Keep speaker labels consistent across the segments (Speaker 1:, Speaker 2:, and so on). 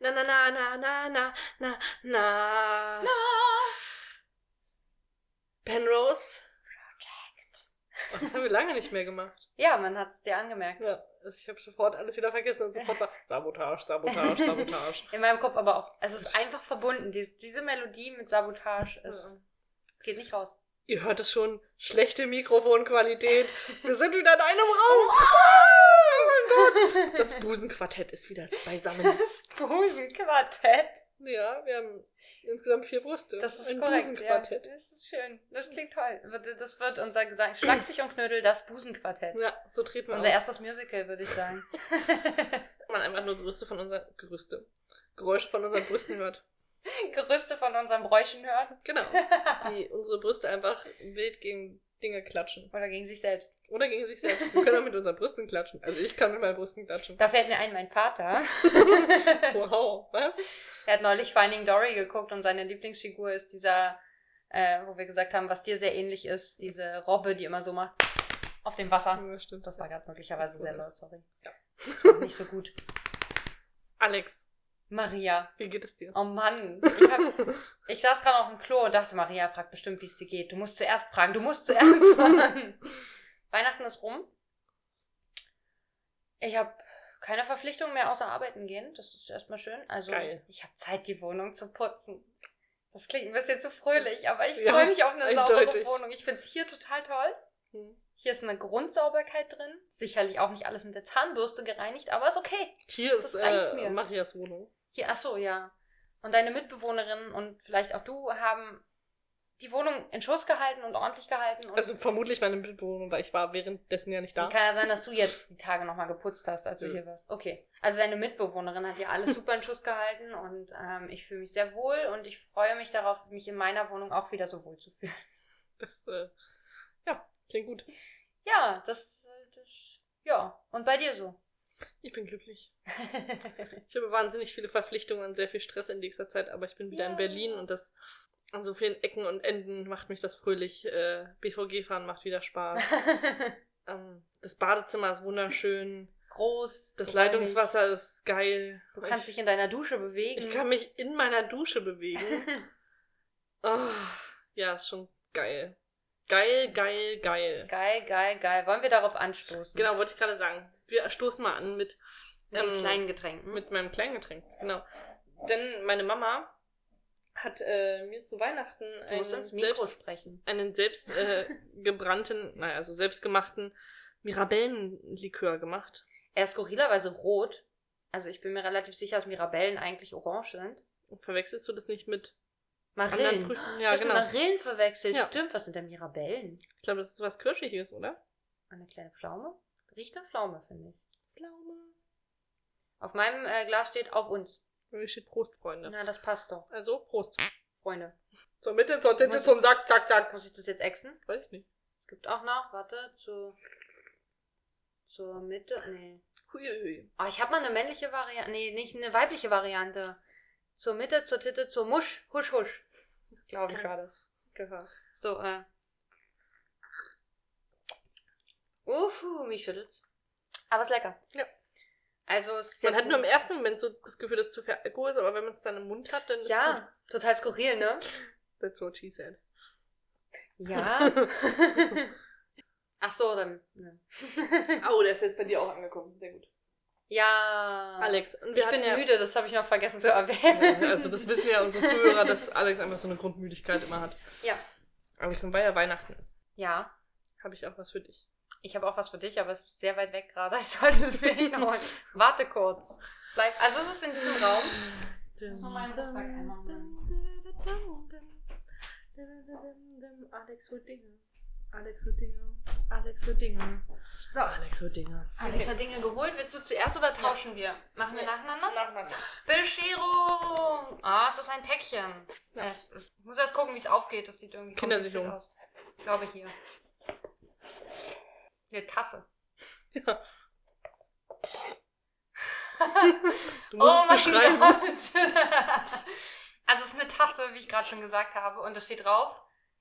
Speaker 1: Na, na, na, na, na, na, na, na. Penrose. Project. Das haben wir lange nicht mehr gemacht.
Speaker 2: Ja, man hat es dir angemerkt.
Speaker 1: Ja, also ich habe sofort alles wieder vergessen und sofort war Sabotage, Sabotage, Sabotage.
Speaker 2: In meinem Kopf aber auch. Also es ist einfach verbunden. Dies, diese Melodie mit Sabotage ist, geht nicht raus.
Speaker 1: Ihr hört es schon, schlechte Mikrofonqualität. Wir sind wieder in einem Raum. Oh Das Busenquartett ist wieder beisammen.
Speaker 2: Das Busenquartett.
Speaker 1: Ja, wir haben insgesamt vier Brüste.
Speaker 2: Das ist korrekt. Ja, das ist schön. Das klingt toll. Das wird unser Gesang. Schlagsich und Knödel, das Busenquartett.
Speaker 1: Ja, so treten wir
Speaker 2: Unser erstes Musical, würde ich sagen.
Speaker 1: auf. Man einfach nur Gerüste von unseren Gerüste. Geräusche von unseren Brüsten hört.
Speaker 2: Gerüste von unseren Bräuchen hören.
Speaker 1: Genau. Die unsere Brüste einfach wild gegen Dinge klatschen.
Speaker 2: Oder gegen sich selbst.
Speaker 1: Oder gegen sich selbst. Wir können auch mit unseren Brüsten klatschen. Also ich kann mit meinen Brüsten klatschen.
Speaker 2: Da fällt mir ein, mein Vater.
Speaker 1: Wow, was?
Speaker 2: Er hat neulich Finding Dory geguckt und seine Lieblingsfigur ist dieser, äh, wo wir gesagt haben, was dir sehr ähnlich ist, diese Robbe, die immer so macht. Auf dem Wasser.
Speaker 1: Ja, stimmt.
Speaker 2: Das war gerade möglicherweise
Speaker 1: Das
Speaker 2: sehr
Speaker 1: wurde-
Speaker 2: laut, sorry.
Speaker 1: Ja.
Speaker 2: Das war nicht so gut.
Speaker 1: Alex,
Speaker 2: Maria.
Speaker 1: wie geht es dir?
Speaker 2: Oh Mann. Ich, hab, ich saß gerade auf dem Klo und dachte, Maria fragt bestimmt, wie es dir geht. Du musst zuerst fragen. Du musst zuerst fragen. Weihnachten ist rum. Ich habe keine Verpflichtung mehr außer arbeiten gehen. Das ist erstmal schön. Also
Speaker 1: Geil.
Speaker 2: ich habe Zeit, die Wohnung zu putzen. Das klingt ein bisschen zu fröhlich, aber ich
Speaker 1: Ja,
Speaker 2: freue mich auf eine saubere
Speaker 1: eindeutig.
Speaker 2: Wohnung. Ich finde es hier total toll.
Speaker 1: Hm.
Speaker 2: Hier ist eine Grundsauberkeit drin. Sicherlich auch nicht alles mit der Zahnbürste gereinigt, aber ist okay.
Speaker 1: Hier
Speaker 2: Das
Speaker 1: ist
Speaker 2: reicht
Speaker 1: äh,
Speaker 2: mir.
Speaker 1: Marias Wohnung.
Speaker 2: Hier, ach so, ja. Und deine Mitbewohnerinnen und vielleicht auch du haben die Wohnung in Schuss gehalten und ordentlich gehalten. Und
Speaker 1: Also vermutlich meine Mitbewohnerin, weil ich war währenddessen ja nicht da.
Speaker 2: kann ja sein, dass du jetzt die Tage nochmal geputzt hast, als du
Speaker 1: Mhm.
Speaker 2: hier warst. Okay. Also deine Mitbewohnerin hat ja alles super in Schuss gehalten und ähm, ich fühle mich sehr wohl und ich freue mich darauf, mich in meiner Wohnung auch wieder so wohl zu fühlen.
Speaker 1: Das, äh, ja, klingt gut.
Speaker 2: Ja, das, äh, das ja. Und bei dir so.
Speaker 1: Ich bin glücklich. Ich habe wahnsinnig viele Verpflichtungen und sehr viel Stress in nächster Zeit, aber ich bin wieder
Speaker 2: Ja.
Speaker 1: in Berlin und das an so vielen Ecken und Enden macht mich das fröhlich. Äh, BVG-Fahren macht wieder Spaß. ähm, das Badezimmer ist wunderschön.
Speaker 2: Groß.
Speaker 1: Das
Speaker 2: geräumig.
Speaker 1: Leitungswasser ist geil.
Speaker 2: Du kannst
Speaker 1: ich,
Speaker 2: dich in deiner Dusche bewegen.
Speaker 1: ich kann mich in meiner Dusche bewegen. oh, ja, ist schon geil. Geil, geil, geil.
Speaker 2: geil, geil, geil. Wollen wir darauf anstoßen?
Speaker 1: Genau, wollte ich gerade sagen. Wir stoßen mal an mit,
Speaker 2: Mit den
Speaker 1: ähm,
Speaker 2: kleinen Getränken.
Speaker 1: mit meinem kleinen Getränk. Genau. Denn meine Mama hat äh, mir zu Weihnachten
Speaker 2: du
Speaker 1: einen
Speaker 2: musst ins Mikro
Speaker 1: selbst,
Speaker 2: sprechen.
Speaker 1: einen selbst äh, gebrannten, naja, also selbstgemachten Mirabellenlikör gemacht.
Speaker 2: Er ist skurrilerweise rot. Also ich bin mir relativ sicher, dass Mirabellen eigentlich orange sind.
Speaker 1: Und verwechselst du das nicht mit anderen
Speaker 2: Marillen.
Speaker 1: Früchten?
Speaker 2: Ja,
Speaker 1: Ja,
Speaker 2: Hast
Speaker 1: genau.
Speaker 2: du Marillen verwechselt?
Speaker 1: Ja.
Speaker 2: Stimmt, was sind denn Mirabellen?
Speaker 1: Ich glaube, das ist was Kirschiges, oder?
Speaker 2: Eine kleine Pflaume? Riecht nach Pflaume, finde ich.
Speaker 1: Pflaume.
Speaker 2: Auf meinem äh, Glas steht auf uns.
Speaker 1: Und hier steht Prost, Freunde.
Speaker 2: Na, das passt doch.
Speaker 1: Also, Prost.
Speaker 2: Freunde,
Speaker 1: Zur Mitte, zur Tinte,
Speaker 2: Muss-
Speaker 1: zum Sack, zack, zack.
Speaker 2: muss ich das jetzt exen?
Speaker 1: Weiß ich nicht.
Speaker 2: Es gibt auch noch, warte, zu, zur Mitte. Nee.
Speaker 1: Huiuiui.
Speaker 2: Oh, ich habe mal eine männliche Variante. Nee, nicht eine weibliche Variante. Zur Mitte, zur Titte, zur Musch. Husch, husch. Glaube ich, war das.
Speaker 1: Genau.
Speaker 2: Gehört. So, äh. Uhu, Oh, mich schüttelt's. Aber ist lecker.
Speaker 1: Ja.
Speaker 2: Also, es ist
Speaker 1: Man
Speaker 2: jetzt
Speaker 1: hat nur im ersten Moment so das Gefühl, dass es zu viel Alkohol ist, aber wenn man es dann im Mund hat, dann ist es gut.
Speaker 2: Ja, total skurril, ne?
Speaker 1: That's what she said.
Speaker 2: Ja. Ach so, dann. Ne.
Speaker 1: Oh, der ist jetzt bei dir auch angekommen. Sehr gut.
Speaker 2: Ja.
Speaker 1: Alex, und wir
Speaker 2: Ah. Ich bin
Speaker 1: hatten ja-
Speaker 2: müde, das habe ich noch vergessen zu erwähnen.
Speaker 1: Also das wissen ja unsere Zuhörer, dass Alex einfach so eine Grundmüdigkeit immer hat.
Speaker 2: Ja.
Speaker 1: Alex, und weil ja Weihnachten ist,
Speaker 2: Ja.
Speaker 1: habe ich auch was für dich.
Speaker 2: Ich habe auch was für dich, aber es ist sehr weit weg gerade. Ich sollte es mir hinholen. Warte kurz. Bleib. Also es ist in diesem Raum. muss noch meinen Rucksack einmal
Speaker 1: Alex holt Dinge. Alex holt Dinge. Alex holt Dinge.
Speaker 2: So,
Speaker 1: Alex holt Dinge.
Speaker 2: Alex hat Dinge geholt. Willst du zuerst oder tauschen wir? Machen wir
Speaker 1: Nee.
Speaker 2: nacheinander? Bescherung! Ah, es ist ein Päckchen.
Speaker 1: Ja.
Speaker 2: Es ist, ich muss erst gucken, wie es aufgeht. Das sieht irgendwie
Speaker 1: Kindersicherung.
Speaker 2: kompliziert aus. Ich glaube hier. Hier, Tasse.
Speaker 1: Ja. Du
Speaker 2: oh
Speaker 1: musst
Speaker 2: mein
Speaker 1: es beschreiben.
Speaker 2: Gott! also es ist eine Tasse, wie ich gerade schon gesagt habe, und da steht drauf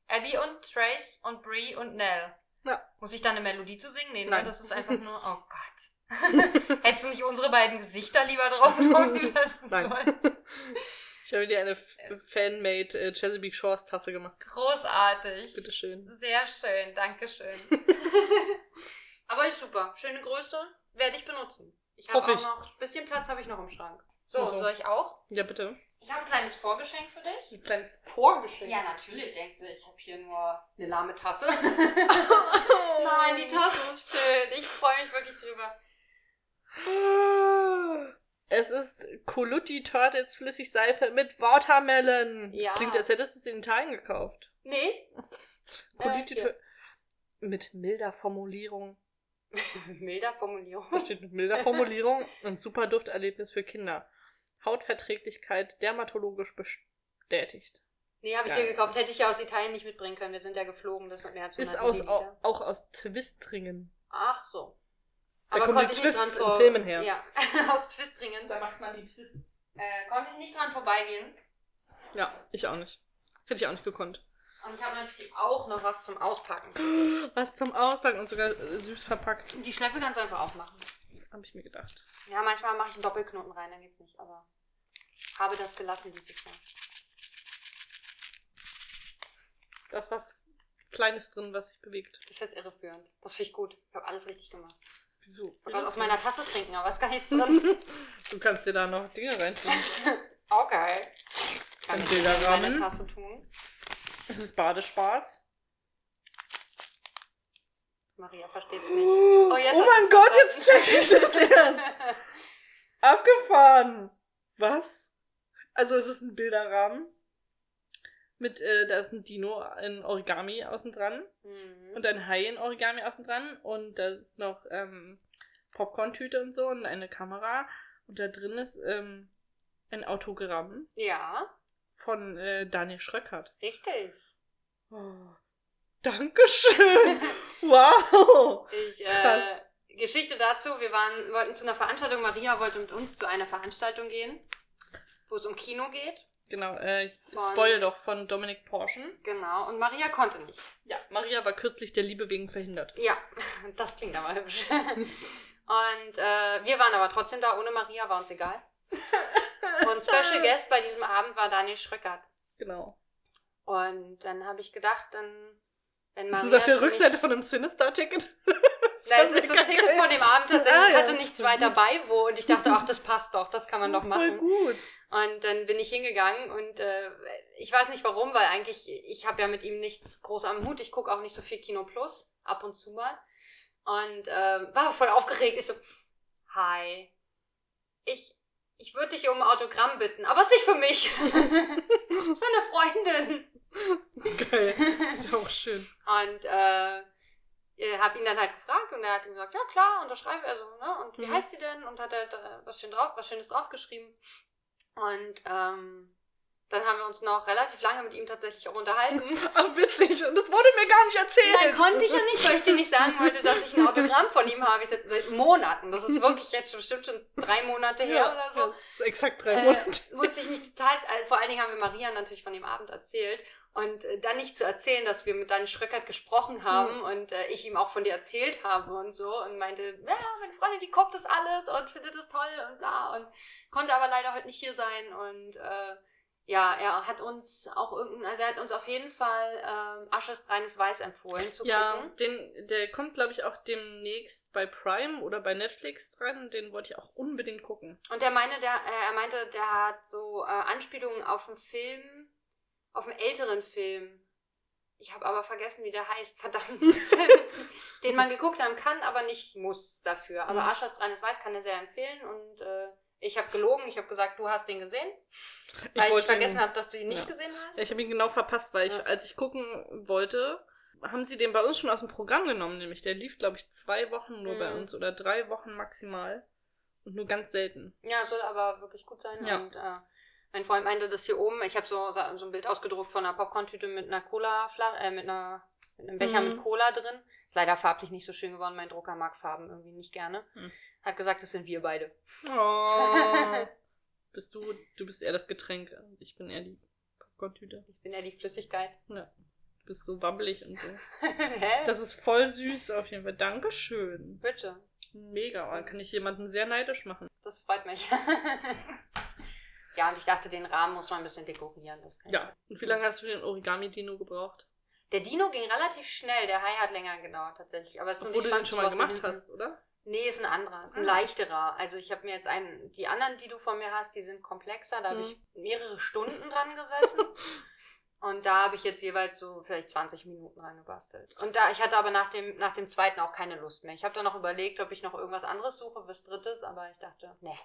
Speaker 2: Abby und Trace und Brie und Nell.
Speaker 1: Ja.
Speaker 2: Muss ich da eine Melodie zu singen? Nee, ne?
Speaker 1: Nein.
Speaker 2: das ist einfach nur, oh Gott. Hättest du nicht unsere beiden Gesichter lieber drauf drucken lassen
Speaker 1: Nein.
Speaker 2: sollen?
Speaker 1: Ich habe dir eine F- Fanmade äh, Chesapeake Shores Tasse gemacht.
Speaker 2: Großartig.
Speaker 1: Bitteschön.
Speaker 2: Sehr schön, danke schön. Aber ist super. Schöne Größe, werde ich benutzen. Ich habe
Speaker 1: Hoffe
Speaker 2: auch
Speaker 1: ich.
Speaker 2: noch, ein bisschen Platz habe ich noch im Schrank. So,
Speaker 1: Also.
Speaker 2: soll ich auch?
Speaker 1: Ja, bitte.
Speaker 2: Ich habe ein kleines Vorgeschenk für dich.
Speaker 1: Ein kleines Vorgeschenk.
Speaker 2: Ja, natürlich denkst du, ich habe hier nur eine lahme Tasse. Nein, die Tasse ist schön. Ich freue mich wirklich drüber.
Speaker 1: Es ist Colutti Turtles Flüssigseife mit Watermelon.
Speaker 2: Ja.
Speaker 1: Das klingt, als hättest du es in Italien gekauft.
Speaker 2: Nee?
Speaker 1: Colutti
Speaker 2: Äh, hier.
Speaker 1: Tur- Mit milder Formulierung.
Speaker 2: Milder Formulierung.
Speaker 1: Da steht mit milder Formulierung ein super Dufterlebnis für Kinder. Hautverträglichkeit dermatologisch bestätigt.
Speaker 2: Nee, habe ich
Speaker 1: Geil.
Speaker 2: hier gekauft. Hätte ich ja aus Italien nicht mitbringen können. Wir sind ja geflogen, das sind mehr als
Speaker 1: Ist
Speaker 2: 100
Speaker 1: aus,
Speaker 2: Milliliter.
Speaker 1: au, auch aus Twistringen.
Speaker 2: Ach so.
Speaker 1: Da kommen die Twists in Filmen her.
Speaker 2: Ja, aus Twistringen.
Speaker 1: macht man die Twists.
Speaker 2: Äh, konnte ich nicht dran vorbeigehen.
Speaker 1: Ja, ich auch nicht. Hätte ich auch nicht gekonnt.
Speaker 2: Und ich habe natürlich auch noch was zum Auspacken.
Speaker 1: Was zum Auspacken und sogar äh, süß verpackt.
Speaker 2: Die Schleppe kannst du einfach aufmachen.
Speaker 1: Habe ich mir gedacht.
Speaker 2: Ja, manchmal mache ich einen Doppelknoten rein, dann geht's nicht, aber habe das gelassen dieses Mal.
Speaker 1: Da ist was Kleines drin, was sich bewegt.
Speaker 2: Das ist jetzt irreführend. Das finde ich gut. Ich habe alles richtig gemacht.
Speaker 1: Wieso?
Speaker 2: Ich wollte aus meiner Tasse trinken, aber es ist gar nichts drin.
Speaker 1: Du kannst dir da noch Dinge reintun.
Speaker 2: Okay. Kann ich
Speaker 1: Bilder
Speaker 2: in meine
Speaker 1: rammen.
Speaker 2: Tasse tun.
Speaker 1: Es ist Badespaß.
Speaker 2: Maria versteht's nicht.
Speaker 1: Oh,
Speaker 2: hat
Speaker 1: mein
Speaker 2: sie's
Speaker 1: Gott, jetzt check
Speaker 2: verstanden.
Speaker 1: ich das erst. Abgefahren. Was? Also es ist ein Bilderrahmen. Mit, äh, da ist ein Dino in Origami außen dran.
Speaker 2: Mhm.
Speaker 1: und ein Hai in Origami außen dran und da ist noch ähm, Popcorn-Tüte und so und eine Kamera und da drin ist ähm, ein Autogramm
Speaker 2: ja,
Speaker 1: von äh, Daniel Schröckert.
Speaker 2: richtig.
Speaker 1: Oh, Dankeschön! wow!
Speaker 2: Ich, äh,
Speaker 1: Krass.
Speaker 2: Geschichte dazu, wir waren, wollten zu einer Veranstaltung, Maria wollte mit uns zu einer Veranstaltung gehen, wo es um Kino geht.
Speaker 1: Genau, äh,
Speaker 2: Von-
Speaker 1: Spoil doch von Dominic Porschen.
Speaker 2: Genau, und Maria konnte nicht.
Speaker 1: Ja, Maria war kürzlich der Liebe wegen verhindert.
Speaker 2: Ja, das klingt aber hübsch. Und äh, wir waren aber trotzdem da, ohne Maria war uns egal. Und Special Guest bei diesem Abend war Daniel Schröckert.
Speaker 1: Genau.
Speaker 2: Und dann habe ich gedacht, dann, wenn
Speaker 1: Das
Speaker 2: Maria.
Speaker 1: ist auf der
Speaker 2: schon nicht-
Speaker 1: Rückseite von einem Sinister-Ticket.
Speaker 2: Na, es ist das Ticket von dem Abend tatsächlich.
Speaker 1: Ah,
Speaker 2: ich
Speaker 1: ja.
Speaker 2: hatte nicht zwei dabei, wo und ich dachte, ach, das passt doch, das kann man doch
Speaker 1: Oh, Voll
Speaker 2: machen.
Speaker 1: gut.
Speaker 2: Und dann bin ich hingegangen und äh, ich weiß nicht warum, weil eigentlich, ich habe ja mit ihm nichts groß am Hut. Ich gucke auch nicht so viel Kino Plus, ab und zu mal. Und äh, war voll aufgeregt. Ich so, hi. Ich, ich würde dich um ein Autogramm bitten, aber es ist nicht für mich. Es war eine Freundin.
Speaker 1: Geil. Ist ja auch schön.
Speaker 2: Und äh, ich hab ihn dann halt gefragt und er hat gesagt, ja klar, unterschreibe also, ne? Und wie
Speaker 1: Mhm.
Speaker 2: heißt die denn? Und hat halt äh, was schön drauf, was Schönes draufgeschrieben. Und ähm, dann haben wir uns noch relativ lange mit ihm tatsächlich auch unterhalten.
Speaker 1: Ach, Ah, witzig. Und das wurde mir gar nicht erzählt.
Speaker 2: Nein, konnte ich ja nicht, weil ich dir nicht sagen wollte, dass ich ein Autogramm von ihm habe. Ich seit, seit Monaten. Das ist wirklich jetzt schon bestimmt schon drei Monate her oder so.
Speaker 1: das ist exakt drei
Speaker 2: Äh,
Speaker 1: Monate.
Speaker 2: musste ich mich total, äh, vor allen Dingen haben wir Maria natürlich von dem Abend erzählt. Und äh, dann nicht zu erzählen, dass wir mit Dani Schröckert
Speaker 1: Hm.
Speaker 2: gesprochen haben und äh, ich ihm auch von dir erzählt habe und so und meinte, ja, meine Freundin, die guckt das alles und findet das toll und bla und konnte aber leider heute nicht hier sein und äh, ja, er hat uns auch irgendein, also er hat uns auf jeden Fall ähm, Asches reines Weiß empfohlen zu
Speaker 1: Ja,
Speaker 2: gucken.
Speaker 1: den, der kommt, glaube ich, auch demnächst bei Prime oder bei Netflix dran. Den wollte ich auch unbedingt gucken.
Speaker 2: Und er meinte, der, äh, er meinte, der hat so äh, Anspielungen auf einen Film, auf einen älteren Film. Ich habe aber vergessen, wie der heißt, verdammt. Den man geguckt haben kann, aber nicht muss dafür. Aber
Speaker 1: Mhm.
Speaker 2: Aschers reines Weiß kann er sehr empfehlen und äh, ich habe gelogen. Ich habe gesagt, du hast den gesehen, weil ich,
Speaker 1: wollte
Speaker 2: vergessen
Speaker 1: ihn-
Speaker 2: habe, dass du ihn nicht
Speaker 1: Ja.
Speaker 2: gesehen hast.
Speaker 1: Ich habe ihn genau verpasst, weil ich,
Speaker 2: Ja.
Speaker 1: als ich gucken wollte, haben sie den bei uns schon aus dem Programm genommen, nämlich der lief, glaube ich, zwei Wochen nur bei
Speaker 2: Mhm.
Speaker 1: uns oder drei Wochen maximal. Und nur ganz selten.
Speaker 2: Ja, soll aber wirklich gut sein.
Speaker 1: Ja.
Speaker 2: Und äh, mein Freund meinte das hier oben. Ich habe so, so ein Bild ausgedruckt von einer Popcorn-Tüte mit einer Cola, äh, mit, einer, mit einem Becher
Speaker 1: Mhm.
Speaker 2: mit Cola drin. Ist leider farblich nicht so schön geworden. Mein Drucker mag Farben irgendwie nicht gerne.
Speaker 1: Mhm.
Speaker 2: Hat gesagt, das sind wir beide.
Speaker 1: Oh. bist du, du bist eher das Getränk. Ich bin eher die Popcorn-Tüte.
Speaker 2: Ich bin ja die Flüssigkeit.
Speaker 1: Du bist so wabbelig und so.
Speaker 2: Hä?
Speaker 1: Das ist voll süß auf jeden Fall. Dankeschön.
Speaker 2: Bitte.
Speaker 1: mega. Und dann kann ich jemanden sehr neidisch machen.
Speaker 2: Das freut mich. ja, und ich dachte, den Rahmen muss man ein bisschen dekorieren. Das kann
Speaker 1: Ja. Und wie lange hast du den Origami-Dino gebraucht?
Speaker 2: Der Dino ging relativ schnell, der Hai hat länger gedauert tatsächlich. Aber es ist so
Speaker 1: Obwohl
Speaker 2: die
Speaker 1: du den schon mal
Speaker 2: Schwanzflossen
Speaker 1: gemacht
Speaker 2: hinten.
Speaker 1: hast, oder?
Speaker 2: Nee, ist ein anderer, ist ein
Speaker 1: Ah.
Speaker 2: leichterer. Also ich habe mir jetzt einen, die anderen, die du von mir hast, die sind komplexer, da habe
Speaker 1: Mhm.
Speaker 2: ich mehrere Stunden dran gesessen. Und da habe ich jetzt jeweils so vielleicht 20 Minuten reingebastelt. Und da, ich hatte aber nach dem, nach dem zweiten auch keine Lust mehr. Ich habe dann noch überlegt, ob ich noch irgendwas anderes suche, was drittes, aber ich dachte, ne. nee.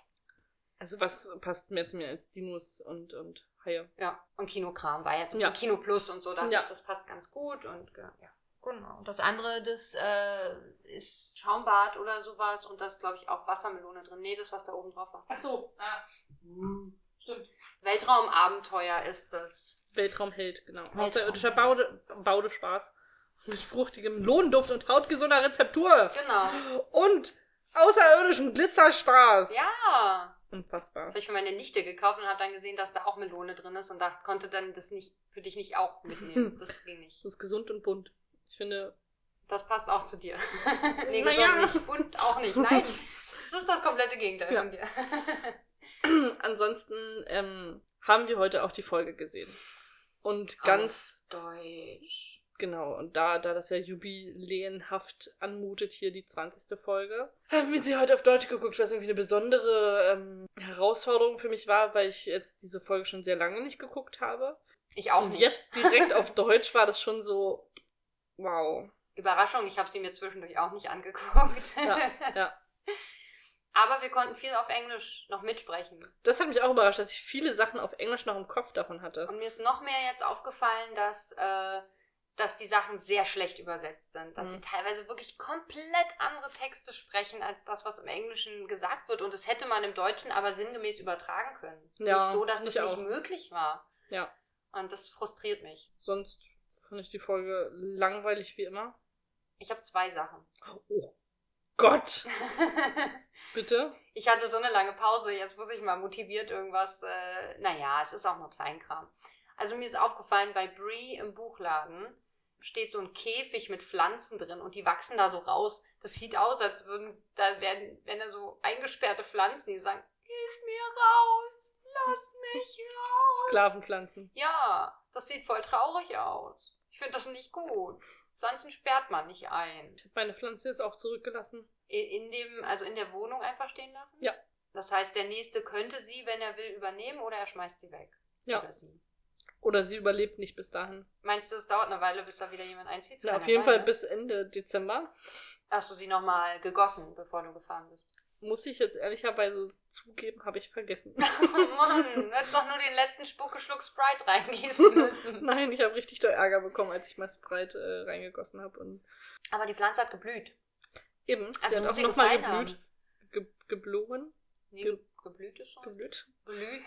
Speaker 1: Also was passt mir jetzt mehr als Dinos und, und Haie?
Speaker 2: Ja, und Kinokram war jetzt
Speaker 1: Ja.
Speaker 2: ja. Kino Plus und so, da
Speaker 1: Ja.
Speaker 2: ich, das passt ganz gut und ge- ja. Genau. Und das andere, das äh, ist Schaumbad oder sowas und das glaube ich auch Wassermelone drin. Nee, das was da oben drauf war.
Speaker 1: Ach so, ah. Stimmt.
Speaker 2: Weltraumabenteuer ist das.
Speaker 1: Weltraumheld, genau.
Speaker 2: Weltraum.
Speaker 1: Außerirdischer Baude, Baudespaß. Mit fruchtigem Lohnduft und hautgesunder Rezeptur.
Speaker 2: Genau.
Speaker 1: Und außerirdischen Glitzerspaß.
Speaker 2: Ja.
Speaker 1: Unfassbar.
Speaker 2: Das habe ich für meine Nichte gekauft und habe dann gesehen, dass da auch Melone drin ist und dachte, konnte dann das nicht für dich nicht auch mitnehmen. Das ging nicht.
Speaker 1: Das ist gesund und bunt. Ich finde,
Speaker 2: Das passt auch zu dir. nee,
Speaker 1: Naja.
Speaker 2: gesund nicht. Und auch nicht. Nein. Das ist das komplette Gegenteil
Speaker 1: Ja.
Speaker 2: von dir.
Speaker 1: ansonsten ähm, haben wir heute auch die Folge gesehen. Und ganz,
Speaker 2: Deutsch.
Speaker 1: genau, und da, da das ja jubiläenhaft anmutet, hier die 20. Folge, haben wir sie heute auf Deutsch geguckt, was irgendwie eine besondere ähm, Herausforderung für mich war, weil ich jetzt diese Folge schon sehr lange nicht geguckt habe.
Speaker 2: Ich auch
Speaker 1: und
Speaker 2: nicht.
Speaker 1: jetzt direkt auf Deutsch war das schon so, wow.
Speaker 2: Überraschung, ich habe sie mir zwischendurch auch nicht angeguckt.
Speaker 1: Ja, ja.
Speaker 2: Aber wir konnten viel auf Englisch noch mitsprechen.
Speaker 1: Das hat mich auch überrascht, dass ich viele Sachen auf Englisch noch im Kopf davon hatte.
Speaker 2: Und mir ist noch mehr jetzt aufgefallen, dass, äh, dass die Sachen sehr schlecht übersetzt sind. Dass
Speaker 1: Mhm.
Speaker 2: sie teilweise wirklich komplett andere Texte sprechen, als das, was im Englischen gesagt wird. Und das hätte man im Deutschen aber sinngemäß übertragen können.
Speaker 1: Ja,
Speaker 2: nicht so, dass es
Speaker 1: nicht
Speaker 2: nicht
Speaker 1: auch.
Speaker 2: möglich war.
Speaker 1: Ja.
Speaker 2: Und das frustriert mich.
Speaker 1: Sonst fand ich die Folge langweilig wie immer.
Speaker 2: Ich habe zwei Sachen.
Speaker 1: Oh Gott, bitte.
Speaker 2: Ich hatte so eine lange Pause, jetzt muss ich mal motiviert irgendwas. Äh, naja, es ist auch nur Kleinkram. Also mir ist aufgefallen, bei Brie im Buchladen steht so ein Käfig mit Pflanzen drin und die wachsen da so raus. Das sieht aus, als würden da werden, wenn da so eingesperrte Pflanzen, die sagen, hilf mir raus, lass mich raus.
Speaker 1: Sklavenpflanzen.
Speaker 2: Ja, das sieht voll traurig aus. Ich finde das nicht gut. Pflanzen sperrt man nicht ein.
Speaker 1: Ich habe meine Pflanze jetzt auch zurückgelassen.
Speaker 2: In in dem, also in der Wohnung einfach stehen lassen?
Speaker 1: Ja.
Speaker 2: Das heißt, der nächste könnte sie, wenn er will, übernehmen oder er schmeißt sie weg.
Speaker 1: Ja.
Speaker 2: Oder sie.
Speaker 1: Oder sie überlebt nicht bis dahin.
Speaker 2: Meinst du, es dauert eine Weile, bis da wieder jemand einzieht? Das
Speaker 1: Na,
Speaker 2: kann
Speaker 1: auf
Speaker 2: ja
Speaker 1: jeden
Speaker 2: sein,
Speaker 1: Fall
Speaker 2: ne?
Speaker 1: bis Ende Dezember.
Speaker 2: Hast du sie nochmal gegossen, bevor du gefahren bist?
Speaker 1: Muss ich jetzt ehrlicherweise zugeben, habe ich vergessen.
Speaker 2: Oh Mann, du hättest doch nur den letzten Spuckeschluck Sprite reingießen müssen.
Speaker 1: Nein, ich habe richtig doll Ärger bekommen, als ich mal Sprite äh, reingegossen habe. Und
Speaker 2: Aber die Pflanze hat geblüht.
Speaker 1: eben, sie
Speaker 2: Also
Speaker 1: hat
Speaker 2: muss
Speaker 1: auch
Speaker 2: sie
Speaker 1: nochmal
Speaker 2: gefallen
Speaker 1: geblüht. Ge geblogen.
Speaker 2: Nee,
Speaker 1: Ge-
Speaker 2: ge geblüht ist schon.
Speaker 1: Geblüht.
Speaker 2: Blühen?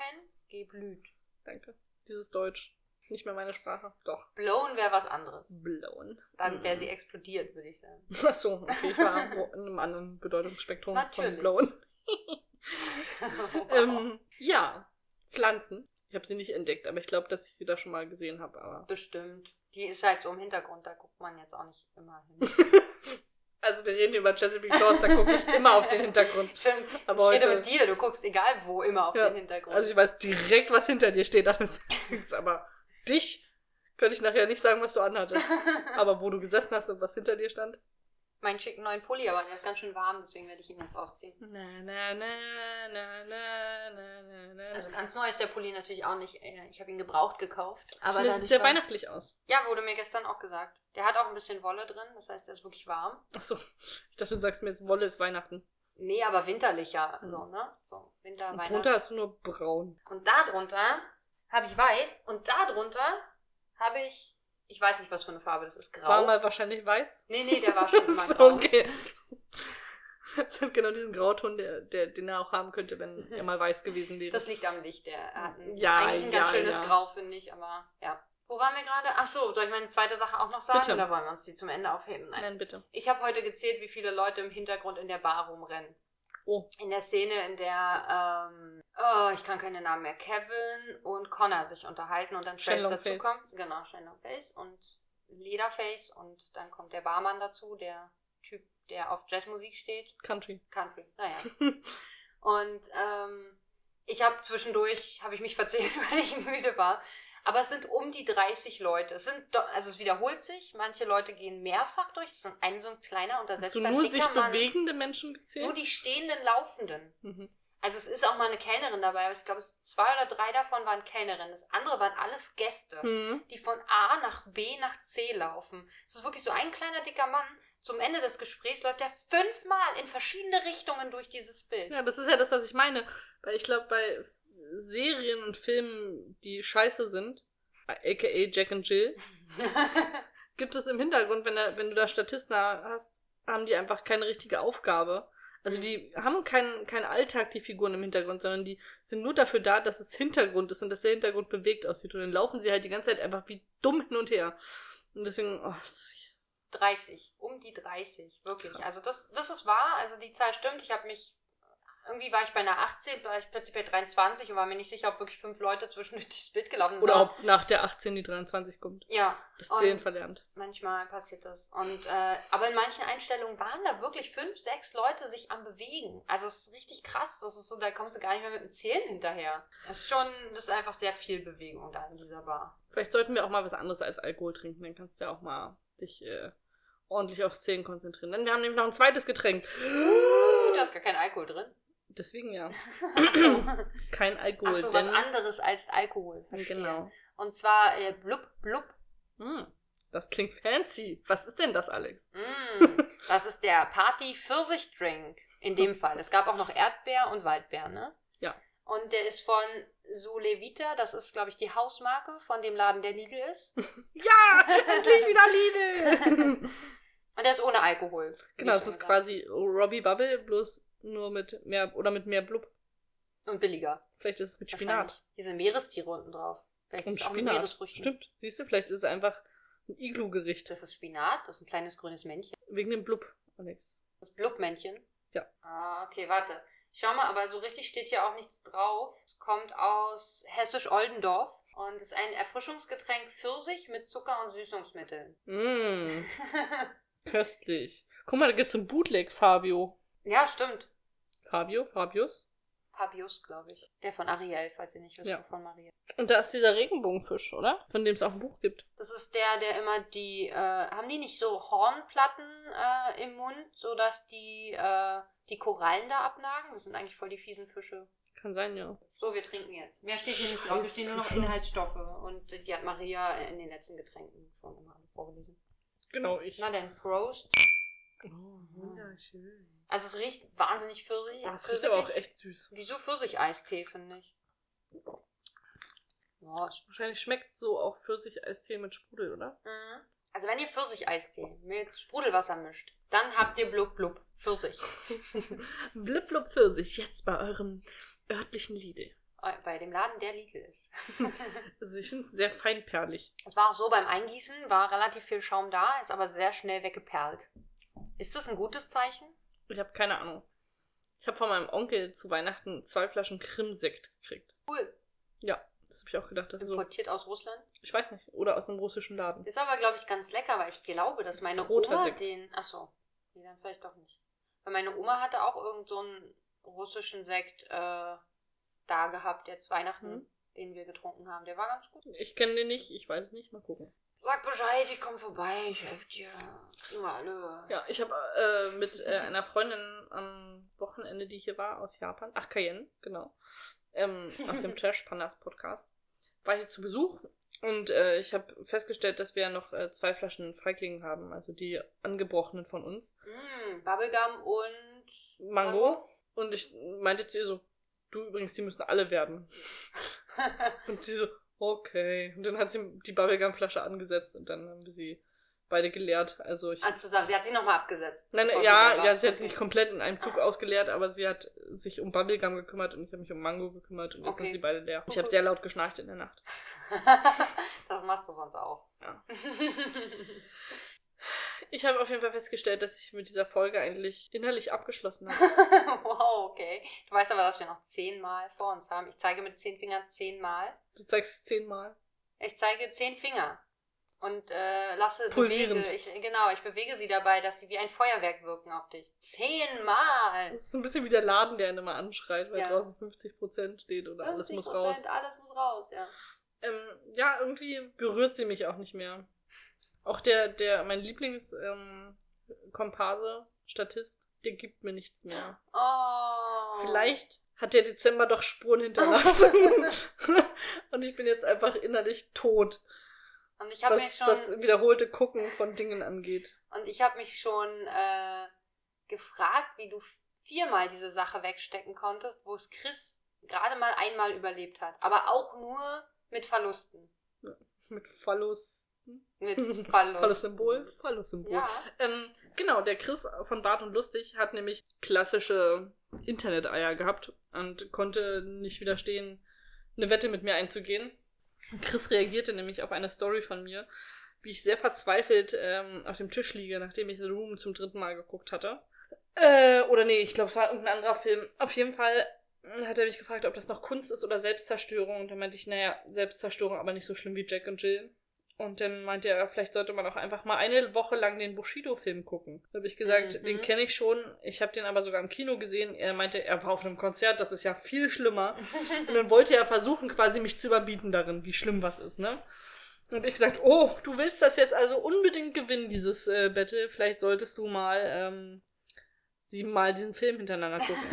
Speaker 2: Geblüht.
Speaker 1: Danke. Dieses Deutsch. Nicht mehr meine Sprache. Doch.
Speaker 2: Blown wäre was anderes.
Speaker 1: Blown.
Speaker 2: Dann wäre
Speaker 1: Mm.
Speaker 2: sie explodiert, würde ich sagen.
Speaker 1: Ach so, okay, ich war wo- in einem anderen Bedeutungsspektrum von
Speaker 2: Natürlich.
Speaker 1: Blown.
Speaker 2: wow.
Speaker 1: Ähm, ja, Pflanzen. Ich habe sie nicht entdeckt, aber ich glaube, dass ich sie da schon mal gesehen habe. Aber
Speaker 2: Bestimmt. Die ist halt so im Hintergrund, da guckt man jetzt auch nicht immer hin.
Speaker 1: also wir reden über Chesapeake Shores, da gucke ich immer auf den Hintergrund.
Speaker 2: Stimmt.
Speaker 1: Aber
Speaker 2: ich rede
Speaker 1: heute-
Speaker 2: mit dir, du guckst egal wo immer auf
Speaker 1: Ja.
Speaker 2: den Hintergrund.
Speaker 1: Also ich weiß direkt, was hinter dir steht. Alles. Aber dich könnte ich nachher nicht sagen, was du anhattest. Aber wo du gesessen hast und was hinter dir stand.
Speaker 2: meinen schicken neuen Pulli, aber der ist ganz schön warm, deswegen werde ich ihn jetzt ausziehen.
Speaker 1: Na, na, na, na, na, na, na, na.
Speaker 2: Also ganz neu ist der Pulli natürlich auch nicht. äh, Ich habe ihn gebraucht gekauft.
Speaker 1: das
Speaker 2: Aber dadurch
Speaker 1: sieht sehr
Speaker 2: war-
Speaker 1: weihnachtlich aus.
Speaker 2: Ja, wurde mir gestern auch gesagt. Der hat auch ein bisschen Wolle drin, das heißt, der ist wirklich warm.
Speaker 1: Achso, ich dachte, du sagst mir jetzt, Wolle ist Weihnachten.
Speaker 2: Nee, aber winterlicher.
Speaker 1: Mhm.
Speaker 2: So, ne? So, Winter,
Speaker 1: Und
Speaker 2: Weihnachten.
Speaker 1: drunter hast du nur braun.
Speaker 2: Und darunter habe ich weiß und darunter habe ich. Ich weiß nicht, was für eine Farbe das ist. Grau.
Speaker 1: War mal wahrscheinlich weiß.
Speaker 2: Nee, nee, der war schon immer
Speaker 1: so,
Speaker 2: grau.
Speaker 1: okay. Das hat genau diesen Grauton, der, der, den er auch haben könnte, wenn er mal weiß gewesen wäre.
Speaker 2: Das liegt am Licht. Der hat ein,
Speaker 1: Ja,
Speaker 2: eigentlich ein ganz
Speaker 1: ja,
Speaker 2: schönes
Speaker 1: ja.
Speaker 2: Grau, finde ich, aber ja. Wo waren wir gerade? Ach so, soll ich meine zweite Sache auch noch sagen?
Speaker 1: Bitte.
Speaker 2: Oder wollen wir uns die zum Ende aufheben? Nein.
Speaker 1: Nein, bitte.
Speaker 2: Ich habe heute gezählt, wie viele Leute im Hintergrund in der Bar rumrennen.
Speaker 1: Oh.
Speaker 2: In der Szene, in der, ähm, oh, ich kann keine Namen mehr, Kevin und Connor sich unterhalten und dann Trash
Speaker 1: Shenlong Face.
Speaker 2: dazukommt. Genau, Shenlong Face und Lederface und dann kommt der Barmann dazu, der Typ der auf Jazzmusik steht.
Speaker 1: Country.
Speaker 2: Country, naja. und ähm, ich habe zwischendurch, habe ich mich verzählt, weil ich müde war. Aber es sind um die 30 Leute. Es sind, do- also es wiederholt sich. Manche Leute gehen mehrfach durch. Es ist ein so ein kleiner und da
Speaker 1: Hast
Speaker 2: setzt
Speaker 1: du
Speaker 2: ein
Speaker 1: nur
Speaker 2: dicker
Speaker 1: sich
Speaker 2: Mann. Oh,
Speaker 1: bewegende Menschen
Speaker 2: Nur
Speaker 1: gezählt?
Speaker 2: die stehenden, laufenden.
Speaker 1: Mhm.
Speaker 2: Also es ist auch mal eine Kellnerin dabei, aber ich glaube, es zwei oder drei davon waren Kellnerinnen. Das andere waren alles Gäste,
Speaker 1: Hm.
Speaker 2: die von A nach B nach C laufen. Es ist wirklich so ein kleiner dicker Mann. Zum Ende des Gesprächs läuft er fünfmal in verschiedene Richtungen durch dieses Bild.
Speaker 1: Ja, das ist ja das, was ich meine. Weil ich glaube, bei Serien und Filmen, die scheiße sind, aka Jack and Jill, gibt es im Hintergrund, wenn, da, wenn du da Statisten ha- hast, haben die einfach keine richtige Aufgabe. Also
Speaker 2: Mhm.
Speaker 1: die haben keinen keinen Alltag, die Figuren im Hintergrund, sondern die sind nur dafür da, dass es Hintergrund ist und dass der Hintergrund bewegt aussieht. Und dann laufen sie halt die ganze Zeit einfach wie dumm hin und her. Und deswegen, oh, das-
Speaker 2: 30, um die 30, wirklich.
Speaker 1: Krass.
Speaker 2: Also das, das ist wahr, also die Zahl stimmt. Ich habe mich, irgendwie war ich bei einer 18, war ich plötzlich bei 23 und war mir nicht sicher, ob wirklich fünf Leute zwischendurch durchs Bild gelaufen sind.
Speaker 1: oder
Speaker 2: Aber-
Speaker 1: ob nach der 18 die 23 kommt.
Speaker 2: Oh, Ja,
Speaker 1: Das
Speaker 2: Und-
Speaker 1: Zählen verlernt.
Speaker 2: Manchmal passiert das. Und äh, aber in manchen Einstellungen waren da wirklich fünf, sechs Leute sich am bewegen. Also es ist richtig krass. Das ist so, da kommst du gar nicht mehr mit dem Zählen hinterher. Das ist schon, das ist einfach sehr viel Bewegung da in dieser Bar.
Speaker 1: Vielleicht sollten wir auch mal was anderes als Alkohol trinken, dann kannst du ja auch mal dich äh, ordentlich aufs Zählen konzentrieren. Denn wir haben nämlich noch ein zweites Getränk.
Speaker 2: Da ist gar kein Alkohol drin.
Speaker 1: Deswegen ja,
Speaker 2: Achso,
Speaker 1: kein Alkohol.
Speaker 2: Ach so, was
Speaker 1: denn-
Speaker 2: anderes als Alkohol. verstehe.
Speaker 1: Genau.
Speaker 2: Und zwar äh, blub blub.
Speaker 1: Hm, das klingt fancy. Was ist denn das, Alex?
Speaker 2: Mm, das ist der Party Pfirsichtdrink in dem Fall. Es gab auch noch Erdbeer und Waldbeer, ne?
Speaker 1: Ja.
Speaker 2: Und der ist von Solevita, das ist glaube ich die Hausmarke von dem Laden, der Lidl ist.
Speaker 1: Ja, endlich wieder Lidl!
Speaker 2: Und der ist ohne Alkohol. wie
Speaker 1: genau,
Speaker 2: ich
Speaker 1: es
Speaker 2: schon
Speaker 1: ist
Speaker 2: gesagt
Speaker 1: quasi Robbie Bubble, bloß nur mit mehr oder mit mehr Blub.
Speaker 2: habe. Und billiger.
Speaker 1: Vielleicht ist es mit
Speaker 2: wahrscheinlich.
Speaker 1: Spinat.
Speaker 2: Hier sind Meerestiere unten drauf. Vielleicht
Speaker 1: Und
Speaker 2: ist es auch mit
Speaker 1: Spinat.
Speaker 2: Meeresfrüchten.
Speaker 1: Stimmt, siehst du, vielleicht ist es einfach ein Iglu-Gericht.
Speaker 2: Das ist Spinat, das ist ein kleines grünes Männchen.
Speaker 1: Wegen dem Blub, Alex.
Speaker 2: Das Blubmännchen.
Speaker 1: Ja.
Speaker 2: Ah, okay, warte. Schau mal, aber so richtig steht hier auch nichts drauf. Es kommt aus Hessisch-Oldendorf und ist ein Erfrischungsgetränk Pfirsich mit Zucker und Süßungsmitteln.
Speaker 1: Mh, Hm, köstlich. Guck mal, da gibt's einen Bootleg, Fabio.
Speaker 2: ja, stimmt.
Speaker 1: Fabio, Fabius.
Speaker 2: Fabius, glaube ich. Der von Ariel, falls ihr nicht wisst,
Speaker 1: Ja.
Speaker 2: wovon Maria.
Speaker 1: Und da ist dieser Regenbogenfisch, oder? Von dem es auch ein Buch gibt.
Speaker 2: Das ist der, der immer die, äh, haben die nicht so Hornplatten äh, im Mund, sodass die, äh, die Korallen da abnagen? Das sind eigentlich voll die fiesen Fische.
Speaker 1: Kann sein, ja.
Speaker 2: So, wir trinken jetzt. Mehr steht hier nicht drauf. Es stehen nur noch
Speaker 1: Scheißfische.
Speaker 2: Inhaltsstoffe. Und die hat Maria in den letzten Getränken schon immer alle vorgelesen.
Speaker 1: Genau, ich.
Speaker 2: Na denn, Prost.
Speaker 1: Oh, wunderschön.
Speaker 2: Also es riecht wahnsinnig Pfirsich.
Speaker 1: Das ist
Speaker 2: pfirsich
Speaker 1: aber auch echt süß.
Speaker 2: Wieso Pfirsich-Eistee, finde ich. Ja, ist-
Speaker 1: Wahrscheinlich schmeckt so auch Pfirsich-Eistee mit Sprudel, oder?
Speaker 2: mhm. Also wenn ihr Pfirsich-Eistee mit Sprudelwasser mischt, dann habt ihr blub blub Pfirsich.
Speaker 1: Blub, blub, Pfirsich, jetzt bei eurem örtlichen Lidl.
Speaker 2: Äh, Bei dem Laden, der Lidl ist.
Speaker 1: Also ich finde es sehr feinperlig.
Speaker 2: Es war auch so beim Eingießen, war relativ viel Schaum da, ist aber sehr schnell weggeperlt. Ist das ein gutes Zeichen?
Speaker 1: Ich habe keine Ahnung. Ich habe von meinem Onkel zu Weihnachten zwei Flaschen Krimsekt gekriegt.
Speaker 2: Cool.
Speaker 1: Ja, das habe ich auch gedacht. Das ist so,
Speaker 2: Importiert aus Russland.
Speaker 1: ich weiß nicht. Oder aus einem russischen Laden.
Speaker 2: Ist aber, glaube ich, ganz lecker, weil ich glaube, dass
Speaker 1: Ist
Speaker 2: meine
Speaker 1: roter
Speaker 2: Oma
Speaker 1: Sekt.
Speaker 2: den. Achso, nee, dann vielleicht doch nicht. Weil meine Oma hatte auch irgendeinen so einen russischen Sekt äh, da gehabt, jetzt Weihnachten,
Speaker 1: Mhm.
Speaker 2: den wir getrunken haben. Der war ganz gut.
Speaker 1: Ich kenne den nicht, ich weiß nicht. Mal gucken.
Speaker 2: Sag Bescheid, ich komme vorbei, ich helfe dir. Kriegen wir alle.
Speaker 1: Ja, ich habe äh, mit äh, einer Freundin am Wochenende, die hier war, aus Japan, ach Cayenne, genau, ähm, aus dem Trash Pandas Podcast, war hier zu Besuch und äh, ich habe festgestellt, dass wir noch äh, zwei Flaschen Feiglingen haben, also die angebrochenen von uns,
Speaker 2: Mm, Bubblegum und.
Speaker 1: Mango. Und ich meinte zu ihr so, du übrigens, die müssen alle werden. Und sie so, okay. Und dann hat sie die Bubblegum-Flasche angesetzt und dann haben wir sie beide geleert. Also ich
Speaker 2: ah, zusammen. Sie hat sie nochmal abgesetzt.
Speaker 1: Nein,
Speaker 2: bevor
Speaker 1: nein,
Speaker 2: sie da
Speaker 1: ja,
Speaker 2: war.
Speaker 1: ja, sie hat
Speaker 2: Okay.
Speaker 1: nicht komplett in einem Zug ausgeleert, aber sie hat sich um Bubblegum gekümmert und ich habe mich um Mango gekümmert und jetzt
Speaker 2: Okay.
Speaker 1: sind sie beide leer. Ich
Speaker 2: Cool.
Speaker 1: habe sehr laut geschnarcht in der Nacht.
Speaker 2: das machst du sonst auch.
Speaker 1: Ja. Ich habe auf jeden Fall festgestellt, dass ich mit dieser Folge eigentlich innerlich abgeschlossen habe.
Speaker 2: wow, okay. Du weißt aber, dass wir noch zehnmal vor uns haben. Ich zeige mit zehn Fingern zehnmal.
Speaker 1: Du zeigst es zehnmal.
Speaker 2: Ich zeige zehn Finger. und äh, lasse
Speaker 1: Pulsierend.
Speaker 2: Bewege, ich, genau, ich bewege sie dabei, dass sie wie ein Feuerwerk wirken auf dich. Zehnmal.
Speaker 1: Das ist ein bisschen wie der Laden, der einen immer anschreit, weil
Speaker 2: Ja.
Speaker 1: draußen 50% steht oder alles muss
Speaker 2: 50%,
Speaker 1: raus.
Speaker 2: Alles muss raus, ja.
Speaker 1: Ähm, ja, irgendwie berührt sie mich auch nicht mehr. Auch der, der, mein Lieblings, ähm, Komparse, Statist, der gibt mir nichts mehr.
Speaker 2: Oh.
Speaker 1: Vielleicht hat der Dezember doch Spuren hinterlassen. Und ich bin jetzt einfach innerlich tot,
Speaker 2: Und ich habe mich
Speaker 1: was
Speaker 2: schon
Speaker 1: das wiederholte Gucken von Dingen angeht.
Speaker 2: und ich habe mich schon äh, gefragt, wie du viermal diese Sache wegstecken konntest, wo es Chris gerade mal einmal überlebt hat, aber auch nur mit Verlusten.
Speaker 1: Mit Phallus.
Speaker 2: Mit Verlust.
Speaker 1: Phallus-Symbol? Phallus-Symbol.
Speaker 2: Ja.
Speaker 1: Ähm, genau, der Chris von Bart und Lustig hat nämlich klassische Internet-Eier gehabt und konnte nicht widerstehen, eine Wette mit mir einzugehen. Chris reagierte nämlich auf eine Story von mir, wie ich sehr verzweifelt ähm, auf dem Tisch liege, nachdem ich The Room zum dritten Mal geguckt hatte. Äh, oder nee, ich glaube, es war irgendein anderer Film. Auf jeden Fall hat er mich gefragt, ob das noch Kunst ist oder Selbstzerstörung. Und dann meinte ich, naja, Selbstzerstörung, aber nicht so schlimm wie Jack und Jill. Und dann meinte er, vielleicht sollte man auch einfach mal eine Woche lang den Bushido-Film gucken. Da habe ich gesagt,
Speaker 2: Mhm.
Speaker 1: den kenne ich schon. Ich habe den aber sogar im Kino gesehen. Er meinte, er war auf einem Konzert. Das ist ja viel schlimmer. Und dann wollte er versuchen, quasi mich zu überbieten darin, wie schlimm was ist, ne? Und ich gesagt, oh, du willst das jetzt also unbedingt gewinnen, dieses äh, Battle. Vielleicht solltest du mal ähm, siebenmal diesen Film hintereinander gucken.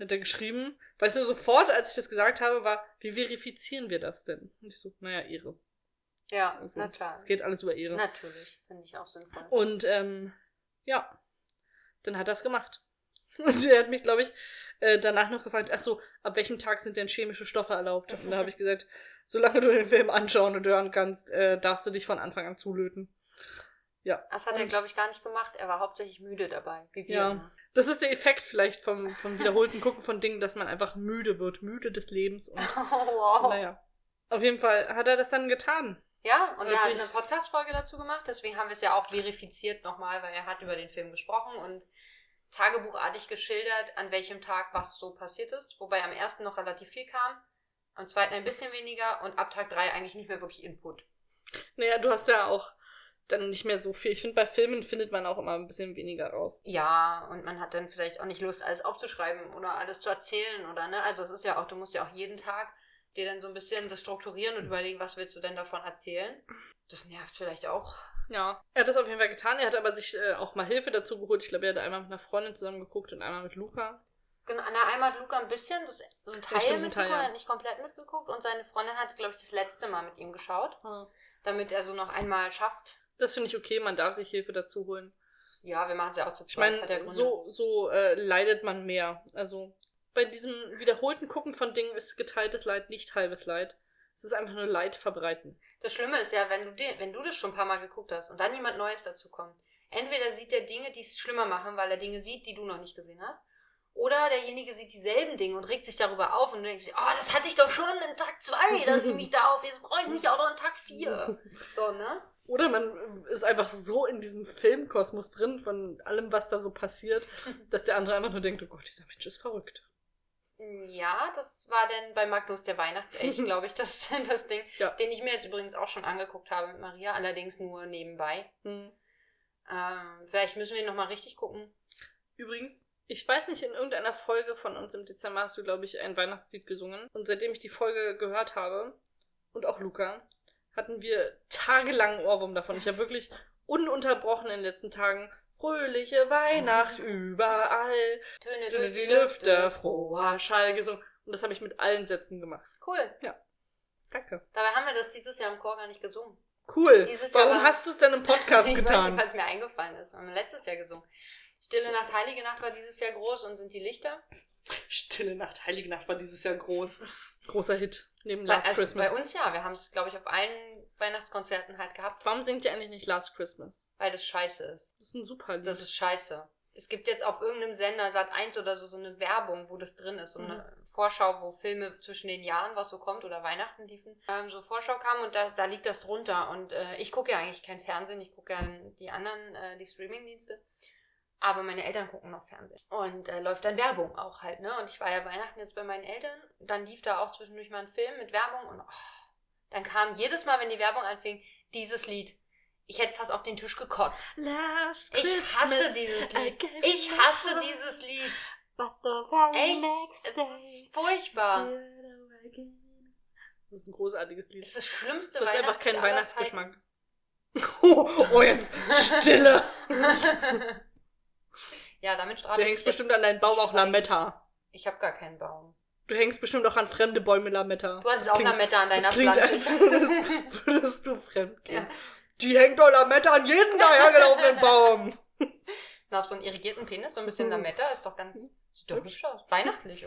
Speaker 1: Hat er geschrieben. Weißt du, sofort, als ich das gesagt habe, war, wie verifizieren wir das denn? Und ich so, naja, Ehre.
Speaker 2: ja,
Speaker 1: Also,
Speaker 2: na klar.
Speaker 1: Es geht alles über Ehre.
Speaker 2: Natürlich, finde ich auch sinnvoll.
Speaker 1: Und ähm, ja, dann hat er es gemacht. Und er hat mich, glaube ich, äh, danach noch gefragt, ach so, ab welchem Tag sind denn chemische Stoffe erlaubt? Und da habe ich gesagt, solange du den Film anschauen und hören kannst, äh, darfst du dich von Anfang an zulöten.
Speaker 2: Das hat er, glaube ich, gar nicht gemacht. Er war hauptsächlich müde dabei, wie wir.
Speaker 1: Ja.
Speaker 2: immer.
Speaker 1: Das ist der Effekt vielleicht vom, vom wiederholten Gucken von Dingen, dass man einfach müde wird, müde des Lebens und
Speaker 2: Oh, wow.
Speaker 1: naja. Auf jeden Fall hat er das dann getan.
Speaker 2: Ja, und
Speaker 1: Hört
Speaker 2: er hat
Speaker 1: sich-
Speaker 2: eine Podcast-Folge dazu gemacht, deswegen haben wir es ja auch verifiziert nochmal, weil er hat über den Film gesprochen und tagebuchartig geschildert, an welchem Tag was so passiert ist, wobei am ersten noch relativ viel kam, am zweiten ein bisschen weniger und ab Tag drei eigentlich nicht mehr wirklich Input.
Speaker 1: Naja, du hast ja auch dann nicht mehr so viel. Ich finde, bei Filmen findet man auch immer ein bisschen weniger raus.
Speaker 2: Ja, und man hat dann vielleicht auch nicht Lust, alles aufzuschreiben oder alles zu erzählen oder ne? Also es ist ja auch, du musst ja auch jeden Tag dir dann so ein bisschen das strukturieren und überlegen, was willst du denn davon erzählen. Das nervt vielleicht auch.
Speaker 1: Ja, er hat das auf jeden Fall getan. Er hat aber sich äh, auch mal Hilfe dazu geholt. Ich glaube, er hat einmal mit einer Freundin zusammen geguckt und einmal mit Luca.
Speaker 2: Genau, na, einmal hat Luca ein bisschen, das, so ein Teil
Speaker 1: stimmt, ein
Speaker 2: mitgeguckt,
Speaker 1: Teil, ja.
Speaker 2: er hat nicht komplett mitgeguckt und seine Freundin hat, glaube ich, das letzte Mal mit ihm geschaut, damit er so noch einmal schafft.
Speaker 1: Das finde ich okay, man darf sich Hilfe dazu holen.
Speaker 2: Ja, wir machen es ja auch zu zweit,
Speaker 1: Ich
Speaker 2: hat ja
Speaker 1: meine,
Speaker 2: Gründe.
Speaker 1: so, so äh, leidet man mehr. Also bei diesem wiederholten Gucken von Dingen ist geteiltes Leid nicht halbes Leid. Es ist einfach nur Leid verbreiten.
Speaker 2: Das Schlimme ist ja, wenn du, den, wenn du das schon ein paar Mal geguckt hast und dann jemand Neues dazu kommt, entweder sieht der Dinge, die es schlimmer machen, weil er Dinge sieht, die du noch nicht gesehen hast, oder derjenige sieht dieselben Dinge und regt sich darüber auf und du denkst, dir, oh, das hatte ich doch schon in Tag 2, dass ich mich da auf, jetzt brauche ich mich auch noch in Tag 4. So, ne?
Speaker 1: Oder man äh, ist einfach so in diesem Filmkosmos drin, von allem, was da so passiert, dass der andere einfach nur denkt, oh Gott, dieser Mensch ist verrückt.
Speaker 2: Ja, das war dann bei Magnus der Weihnachtselch, glaube ich, das, das Ding,
Speaker 1: Ja.
Speaker 2: den ich mir jetzt übrigens auch schon angeguckt habe mit Maria, allerdings nur nebenbei. Ähm, vielleicht müssen wir ihn nochmal richtig gucken.
Speaker 1: Übrigens, ich weiß nicht, in irgendeiner Folge von uns im Dezember hast du, glaube ich, ein Weihnachtslied gesungen. Und seitdem ich die Folge gehört habe, und auch Luca, hatten wir tagelang Ohrwurm davon. Ich habe wirklich ununterbrochen in den letzten Tagen fröhliche Weihnacht überall,
Speaker 2: Töne
Speaker 1: Mhm. durch die Lüfte, froher Schall gesungen. Und das habe ich mit allen Sätzen gemacht.
Speaker 2: Cool.
Speaker 1: Danke.
Speaker 2: Dabei haben wir das dieses Jahr im Chor gar nicht gesungen.
Speaker 1: Cool.
Speaker 2: Dieses Jahr
Speaker 1: Warum
Speaker 2: war-
Speaker 1: hast du es denn im Podcast
Speaker 2: ich weiß
Speaker 1: getan?
Speaker 2: nicht, was mir eingefallen ist. Wir haben letztes Jahr gesungen. Stille Nacht, Heilige Nacht war dieses Jahr groß und sind die Lichter.
Speaker 1: Stille Nacht, Heilige Nacht war dieses Jahr groß. Großer Hit. Neben
Speaker 2: Bei,
Speaker 1: Last
Speaker 2: also
Speaker 1: Christmas.
Speaker 2: bei uns ja. Wir haben es, glaube ich, auf allen Weihnachtskonzerten halt gehabt,
Speaker 1: Warum singt ihr eigentlich nicht Last Christmas?
Speaker 2: weil das scheiße ist.
Speaker 1: Das ist ein super Lied.
Speaker 2: Das ist scheiße. Es gibt jetzt auf irgendeinem Sender, Sat 1 oder so, so eine Werbung, wo das drin ist. So eine Vorschau, wo Filme zwischen den Jahren, was so kommt, oder Weihnachten liefen, ähm, so Vorschau kam und da, da liegt das drunter. Und äh, ich gucke ja eigentlich kein Fernsehen, ich gucke ja die anderen, äh, die Streamingdienste. Aber meine Eltern gucken noch Fernsehen. Und äh, läuft dann Werbung auch halt, ne? Und ich war ja Weihnachten jetzt bei meinen Eltern. Dann lief da auch zwischendurch mal ein Film mit Werbung und oh, Dann kam jedes Mal, wenn die Werbung anfing, dieses Lied. Ich hätte fast auf den Tisch gekotzt.
Speaker 1: Last
Speaker 2: Ich hasse dieses Lied. Ich hasse dieses Lied. Echt? Es ist furchtbar.
Speaker 1: Das ist ein großartiges Lied.
Speaker 2: Es ist das schlimmste
Speaker 1: Du hast einfach keinen
Speaker 2: Weihnachtslied aller
Speaker 1: Weihnachtsgeschmack. Oh, oh, jetzt Stille.
Speaker 2: Zeiten. ja, damit strafe
Speaker 1: Du
Speaker 2: ich
Speaker 1: hängst
Speaker 2: jetzt-
Speaker 1: bestimmt an deinen Baum auch
Speaker 2: Schwein.
Speaker 1: Lametta.
Speaker 2: Ich habe gar keinen Baum.
Speaker 1: Du hängst bestimmt auch an fremde Bäume Lametta.
Speaker 2: Du hattest
Speaker 1: Das
Speaker 2: auch
Speaker 1: klingt-
Speaker 2: Lametta an deiner
Speaker 1: Das klingt, als
Speaker 2: Pflanze.
Speaker 1: würdest, würdest du fremd gehen.
Speaker 2: Ja.
Speaker 1: Die hängt doch Lametta an jeden dahergelaufenen Baum.
Speaker 2: Na, auf so einen irrigierten Penis, so ein bisschen
Speaker 1: Hm.
Speaker 2: Lametta, ist doch ganz sieht doch
Speaker 1: Hübsch.
Speaker 2: hübsch aus. Weihnachtlich,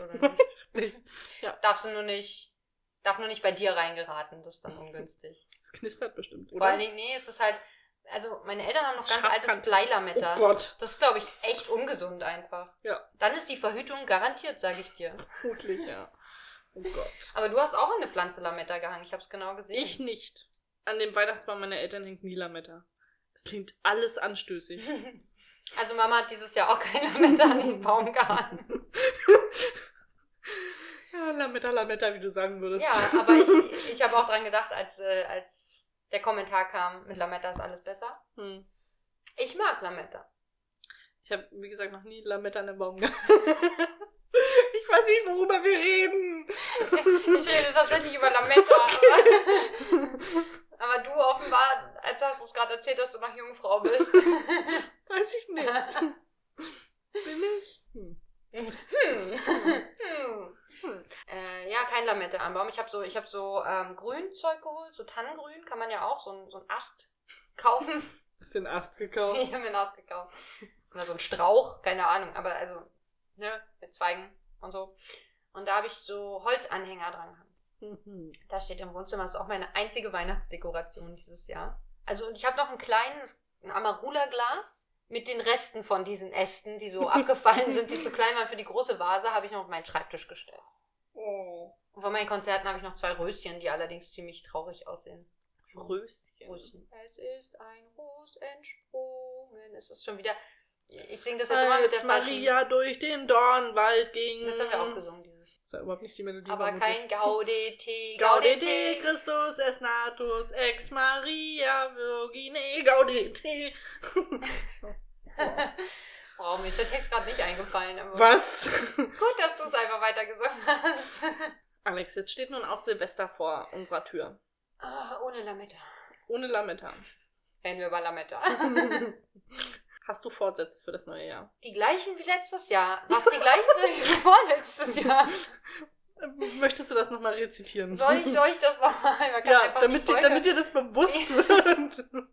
Speaker 2: oder nicht?
Speaker 1: Ja.
Speaker 2: Darfst du nur nicht, darf nur nicht bei dir reingeraten, das ist dann ungünstig.
Speaker 1: Das knistert bestimmt,
Speaker 2: Vor allen
Speaker 1: oder?
Speaker 2: Dingen, nee, es ist halt, also meine Eltern haben noch ganz
Speaker 1: Scharf
Speaker 2: altes
Speaker 1: kannte.
Speaker 2: Bleilametta.
Speaker 1: Oh Gott,
Speaker 2: Das ist, glaube ich, echt ungesund einfach.
Speaker 1: Ja.
Speaker 2: Dann ist die Verhütung garantiert, sage ich dir.
Speaker 1: vermutlich, ja. Oh Gott.
Speaker 2: Aber du hast auch an eine Pflanze Lametta gehangen, ich habe es genau gesehen.
Speaker 1: Ich nicht. An dem Weihnachtsbaum meiner Eltern hängt nie Lametta. Das klingt alles anstößig.
Speaker 2: Also Mama hat dieses Jahr auch keine Lametta an den Baum gehangen.
Speaker 1: Ja, Lametta, Lametta, wie du sagen würdest.
Speaker 2: Ja, aber ich, ich habe auch dran gedacht, als, äh, als der Kommentar kam, mit Lametta ist alles besser.
Speaker 1: Hm.
Speaker 2: Ich mag Lametta.
Speaker 1: Ich habe, wie gesagt, noch nie Lametta an dem Baum gehabt. ich weiß nicht, worüber wir reden.
Speaker 2: Ich rede tatsächlich über Lametta. Aber, aber du offenbar, als hast du es gerade erzählt, dass du noch Jungfrau bist.
Speaker 1: Weiß ich nicht. Bin ich? Hm.
Speaker 2: Hm. Hm. Äh, ja, kein Lametta am Baum. Ich habe so, ich hab so ähm, Grünzeug geholt, so Tannengrün kann man ja auch, so ein, so ein Ast kaufen.
Speaker 1: Bisschen Ast gekauft.
Speaker 2: Ich habe mir einen Ast gekauft. Oder so ein Strauch, keine Ahnung, aber also, ne, mit Zweigen und so. Und da habe ich so Holzanhänger dran gehangen.
Speaker 1: Mhm.
Speaker 2: Da steht im Wohnzimmer, das ist auch meine einzige Weihnachtsdekoration dieses Jahr. Also, und ich habe noch ein kleines, ein Amarula-Glas mit den Resten von diesen Ästen, die so abgefallen sind, die zu klein waren für die große Vase, habe ich noch auf meinen Schreibtisch gestellt.
Speaker 1: Oh.
Speaker 2: Und von meinen Konzerten habe ich noch zwei Röschen, die allerdings ziemlich traurig aussehen.
Speaker 1: Röschen.
Speaker 2: Röschen. Es ist ein Ros entsprungen. Es ist schon wieder. Ich singe das jetzt immer mit der
Speaker 1: Als
Speaker 2: falschen-
Speaker 1: Maria durch den Dornwald ging.
Speaker 2: Das haben wir auch gesungen, dieses.
Speaker 1: Das war überhaupt nicht die Melodie.
Speaker 2: Aber
Speaker 1: vermutlich.
Speaker 2: kein Gaudete.
Speaker 1: Gaudete Christus es natus ex Maria Virgine Gaudete.
Speaker 2: Oh, mir ist der Text gerade nicht eingefallen. Aber
Speaker 1: Was?
Speaker 2: Gut, dass du es einfach weitergesungen hast.
Speaker 1: Alex, jetzt steht nun auch Silvester vor unserer Tür.
Speaker 2: Ah, ohne Lametta.
Speaker 1: Ohne Lametta.
Speaker 2: Reden wir über Lametta.
Speaker 1: Hast du Vorsätze für das neue Jahr?
Speaker 2: Die gleichen wie letztes Jahr. Was die gleichen sind wie vorletztes Jahr.
Speaker 1: Möchtest du das nochmal rezitieren?
Speaker 2: Soll ich, soll ich das nochmal? Man kann
Speaker 1: Ja,
Speaker 2: einfach
Speaker 1: damit,
Speaker 2: die
Speaker 1: dir,
Speaker 2: Folge-
Speaker 1: damit dir das bewusst wird.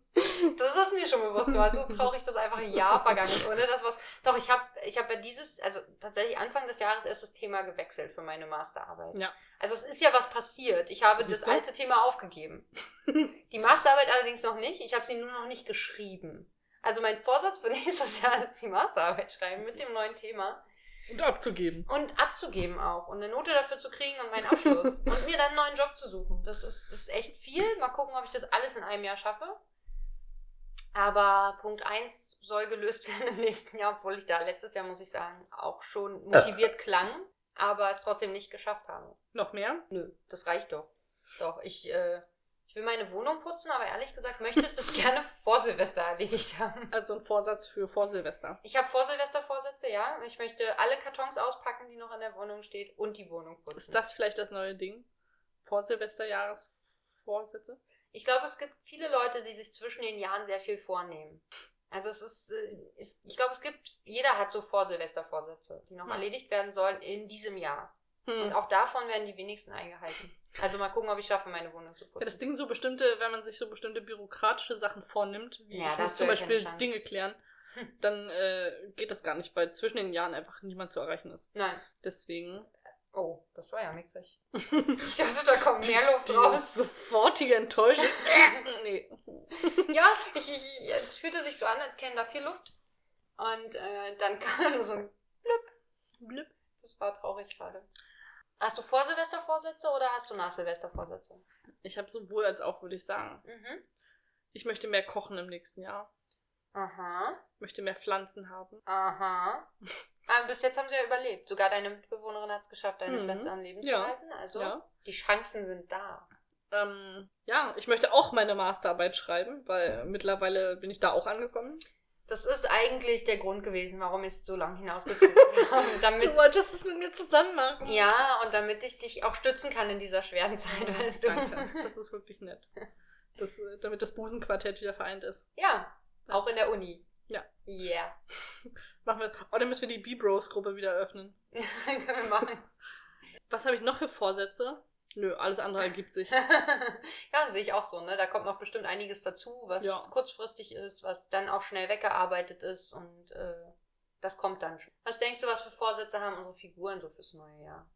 Speaker 2: Das ist mir schon bewusst. war. Es ist traurig, dass einfach ein Jahr vergangen ist, ohne das was. Doch, ich habe ich hab ja dieses, also tatsächlich Anfang des Jahres erst das Thema gewechselt für meine Masterarbeit.
Speaker 1: Ja.
Speaker 2: Also es ist ja was passiert. Ich habe
Speaker 1: Siehst
Speaker 2: das
Speaker 1: du?
Speaker 2: alte Thema aufgegeben. Die Masterarbeit allerdings noch nicht. Ich habe sie nur noch nicht geschrieben. Also mein Vorsatz für nächstes Jahr ist die Masterarbeit schreiben mit dem neuen Thema
Speaker 1: Und abzugeben.
Speaker 2: und abzugeben auch und eine Note dafür zu kriegen und meinen Abschluss und mir dann einen neuen Job zu suchen. Das ist, ist echt viel. Mal gucken, ob ich das alles in einem Jahr schaffe. Aber Punkt 1 soll gelöst werden im nächsten Jahr, obwohl ich da letztes Jahr, muss ich sagen, auch schon motiviert klang, aber es trotzdem nicht geschafft habe.
Speaker 1: Noch mehr?
Speaker 2: Nö, das reicht doch. Doch, ich, äh, ich will meine Wohnung putzen, aber ehrlich gesagt möchte ich das gerne vor Silvester erledigt haben.
Speaker 1: Also ein Vorsatz für vor Silvester.
Speaker 2: Ich habe vor Silvester Vorsätze, ja. Ich möchte alle Kartons auspacken, die noch in der Wohnung steht und die Wohnung putzen.
Speaker 1: Ist das vielleicht das neue Ding? Vor Silvester-Jahresvorsätze?
Speaker 2: Ich glaube, es gibt viele Leute, die sich zwischen den Jahren sehr viel vornehmen. Also es ist, äh, es- ich glaube, es gibt, jeder hat so Vor-Silvester-Vorsätze, die noch
Speaker 1: Ja.
Speaker 2: erledigt werden sollen in diesem Jahr. Und
Speaker 1: Hm.
Speaker 2: auch davon werden die wenigsten eingehalten. Also mal gucken, ob ich schaffe, meine Wohnung zu
Speaker 1: Ja, das
Speaker 2: putzen.
Speaker 1: Ding so bestimmte, wenn man sich so bestimmte bürokratische Sachen vornimmt, wie ich
Speaker 2: Ja, da
Speaker 1: muss
Speaker 2: hast
Speaker 1: zum
Speaker 2: du ja keine
Speaker 1: Beispiel
Speaker 2: Chance.
Speaker 1: Dinge klären,
Speaker 2: Hm.
Speaker 1: dann äh, geht das gar nicht, weil zwischen den Jahren einfach niemand zu erreichen ist.
Speaker 2: Nein.
Speaker 1: Deswegen
Speaker 2: Oh, das war ja mickrig. Ich dachte, da kommt mehr Luft
Speaker 1: die
Speaker 2: raus.
Speaker 1: sofortige Enttäuschung. nee.
Speaker 2: Ja, ich, ich, es fühlte sich so an, als käme da viel Luft. Und äh, dann kam nur so ein
Speaker 1: Blip.
Speaker 2: Das war traurig gerade. Hast du vor Silvester Vorsätze oder hast du nach Silvester Vorsätze?
Speaker 1: Ich habe sowohl als auch, würde ich sagen.
Speaker 2: Mhm.
Speaker 1: Ich möchte mehr kochen im nächsten Jahr.
Speaker 2: Aha.
Speaker 1: Möchte mehr Pflanzen haben.
Speaker 2: Aha. Aber bis jetzt haben sie ja überlebt. Sogar deine Mitbewohnerin hat es geschafft, deine
Speaker 1: Mhm.
Speaker 2: Pflanze am Leben
Speaker 1: Ja.
Speaker 2: zu halten. Also
Speaker 1: Ja.
Speaker 2: die Chancen sind da.
Speaker 1: ähm, ja, ich möchte auch meine Masterarbeit schreiben, weil mittlerweile bin ich da auch angekommen.
Speaker 2: Das ist eigentlich der Grund gewesen, warum ich es so lange hinausgezogen habe. Damit,
Speaker 1: du wolltest es mit mir zusammen machen.
Speaker 2: ja, und damit ich dich auch stützen kann in dieser schweren Zeit, weißt du.
Speaker 1: Danke, das ist wirklich nett. Das, äh, damit das Busenquartett wieder vereint ist.
Speaker 2: Ja, auch in der Uni.
Speaker 1: Ja.
Speaker 2: Yeah.
Speaker 1: Machen wir, oh, dann müssen wir die B-Bros-Gruppe wieder öffnen.
Speaker 2: Können wir machen.
Speaker 1: Was habe ich noch für Vorsätze? Nö, alles andere ergibt sich.
Speaker 2: ja, sehe ich auch so, ne? Da kommt noch bestimmt einiges dazu, was
Speaker 1: Ja.
Speaker 2: kurzfristig ist, was dann auch schnell weggearbeitet ist und äh, das kommt dann schon. Was denkst du, was für Vorsätze haben unsere Figuren so fürs neue Jahr?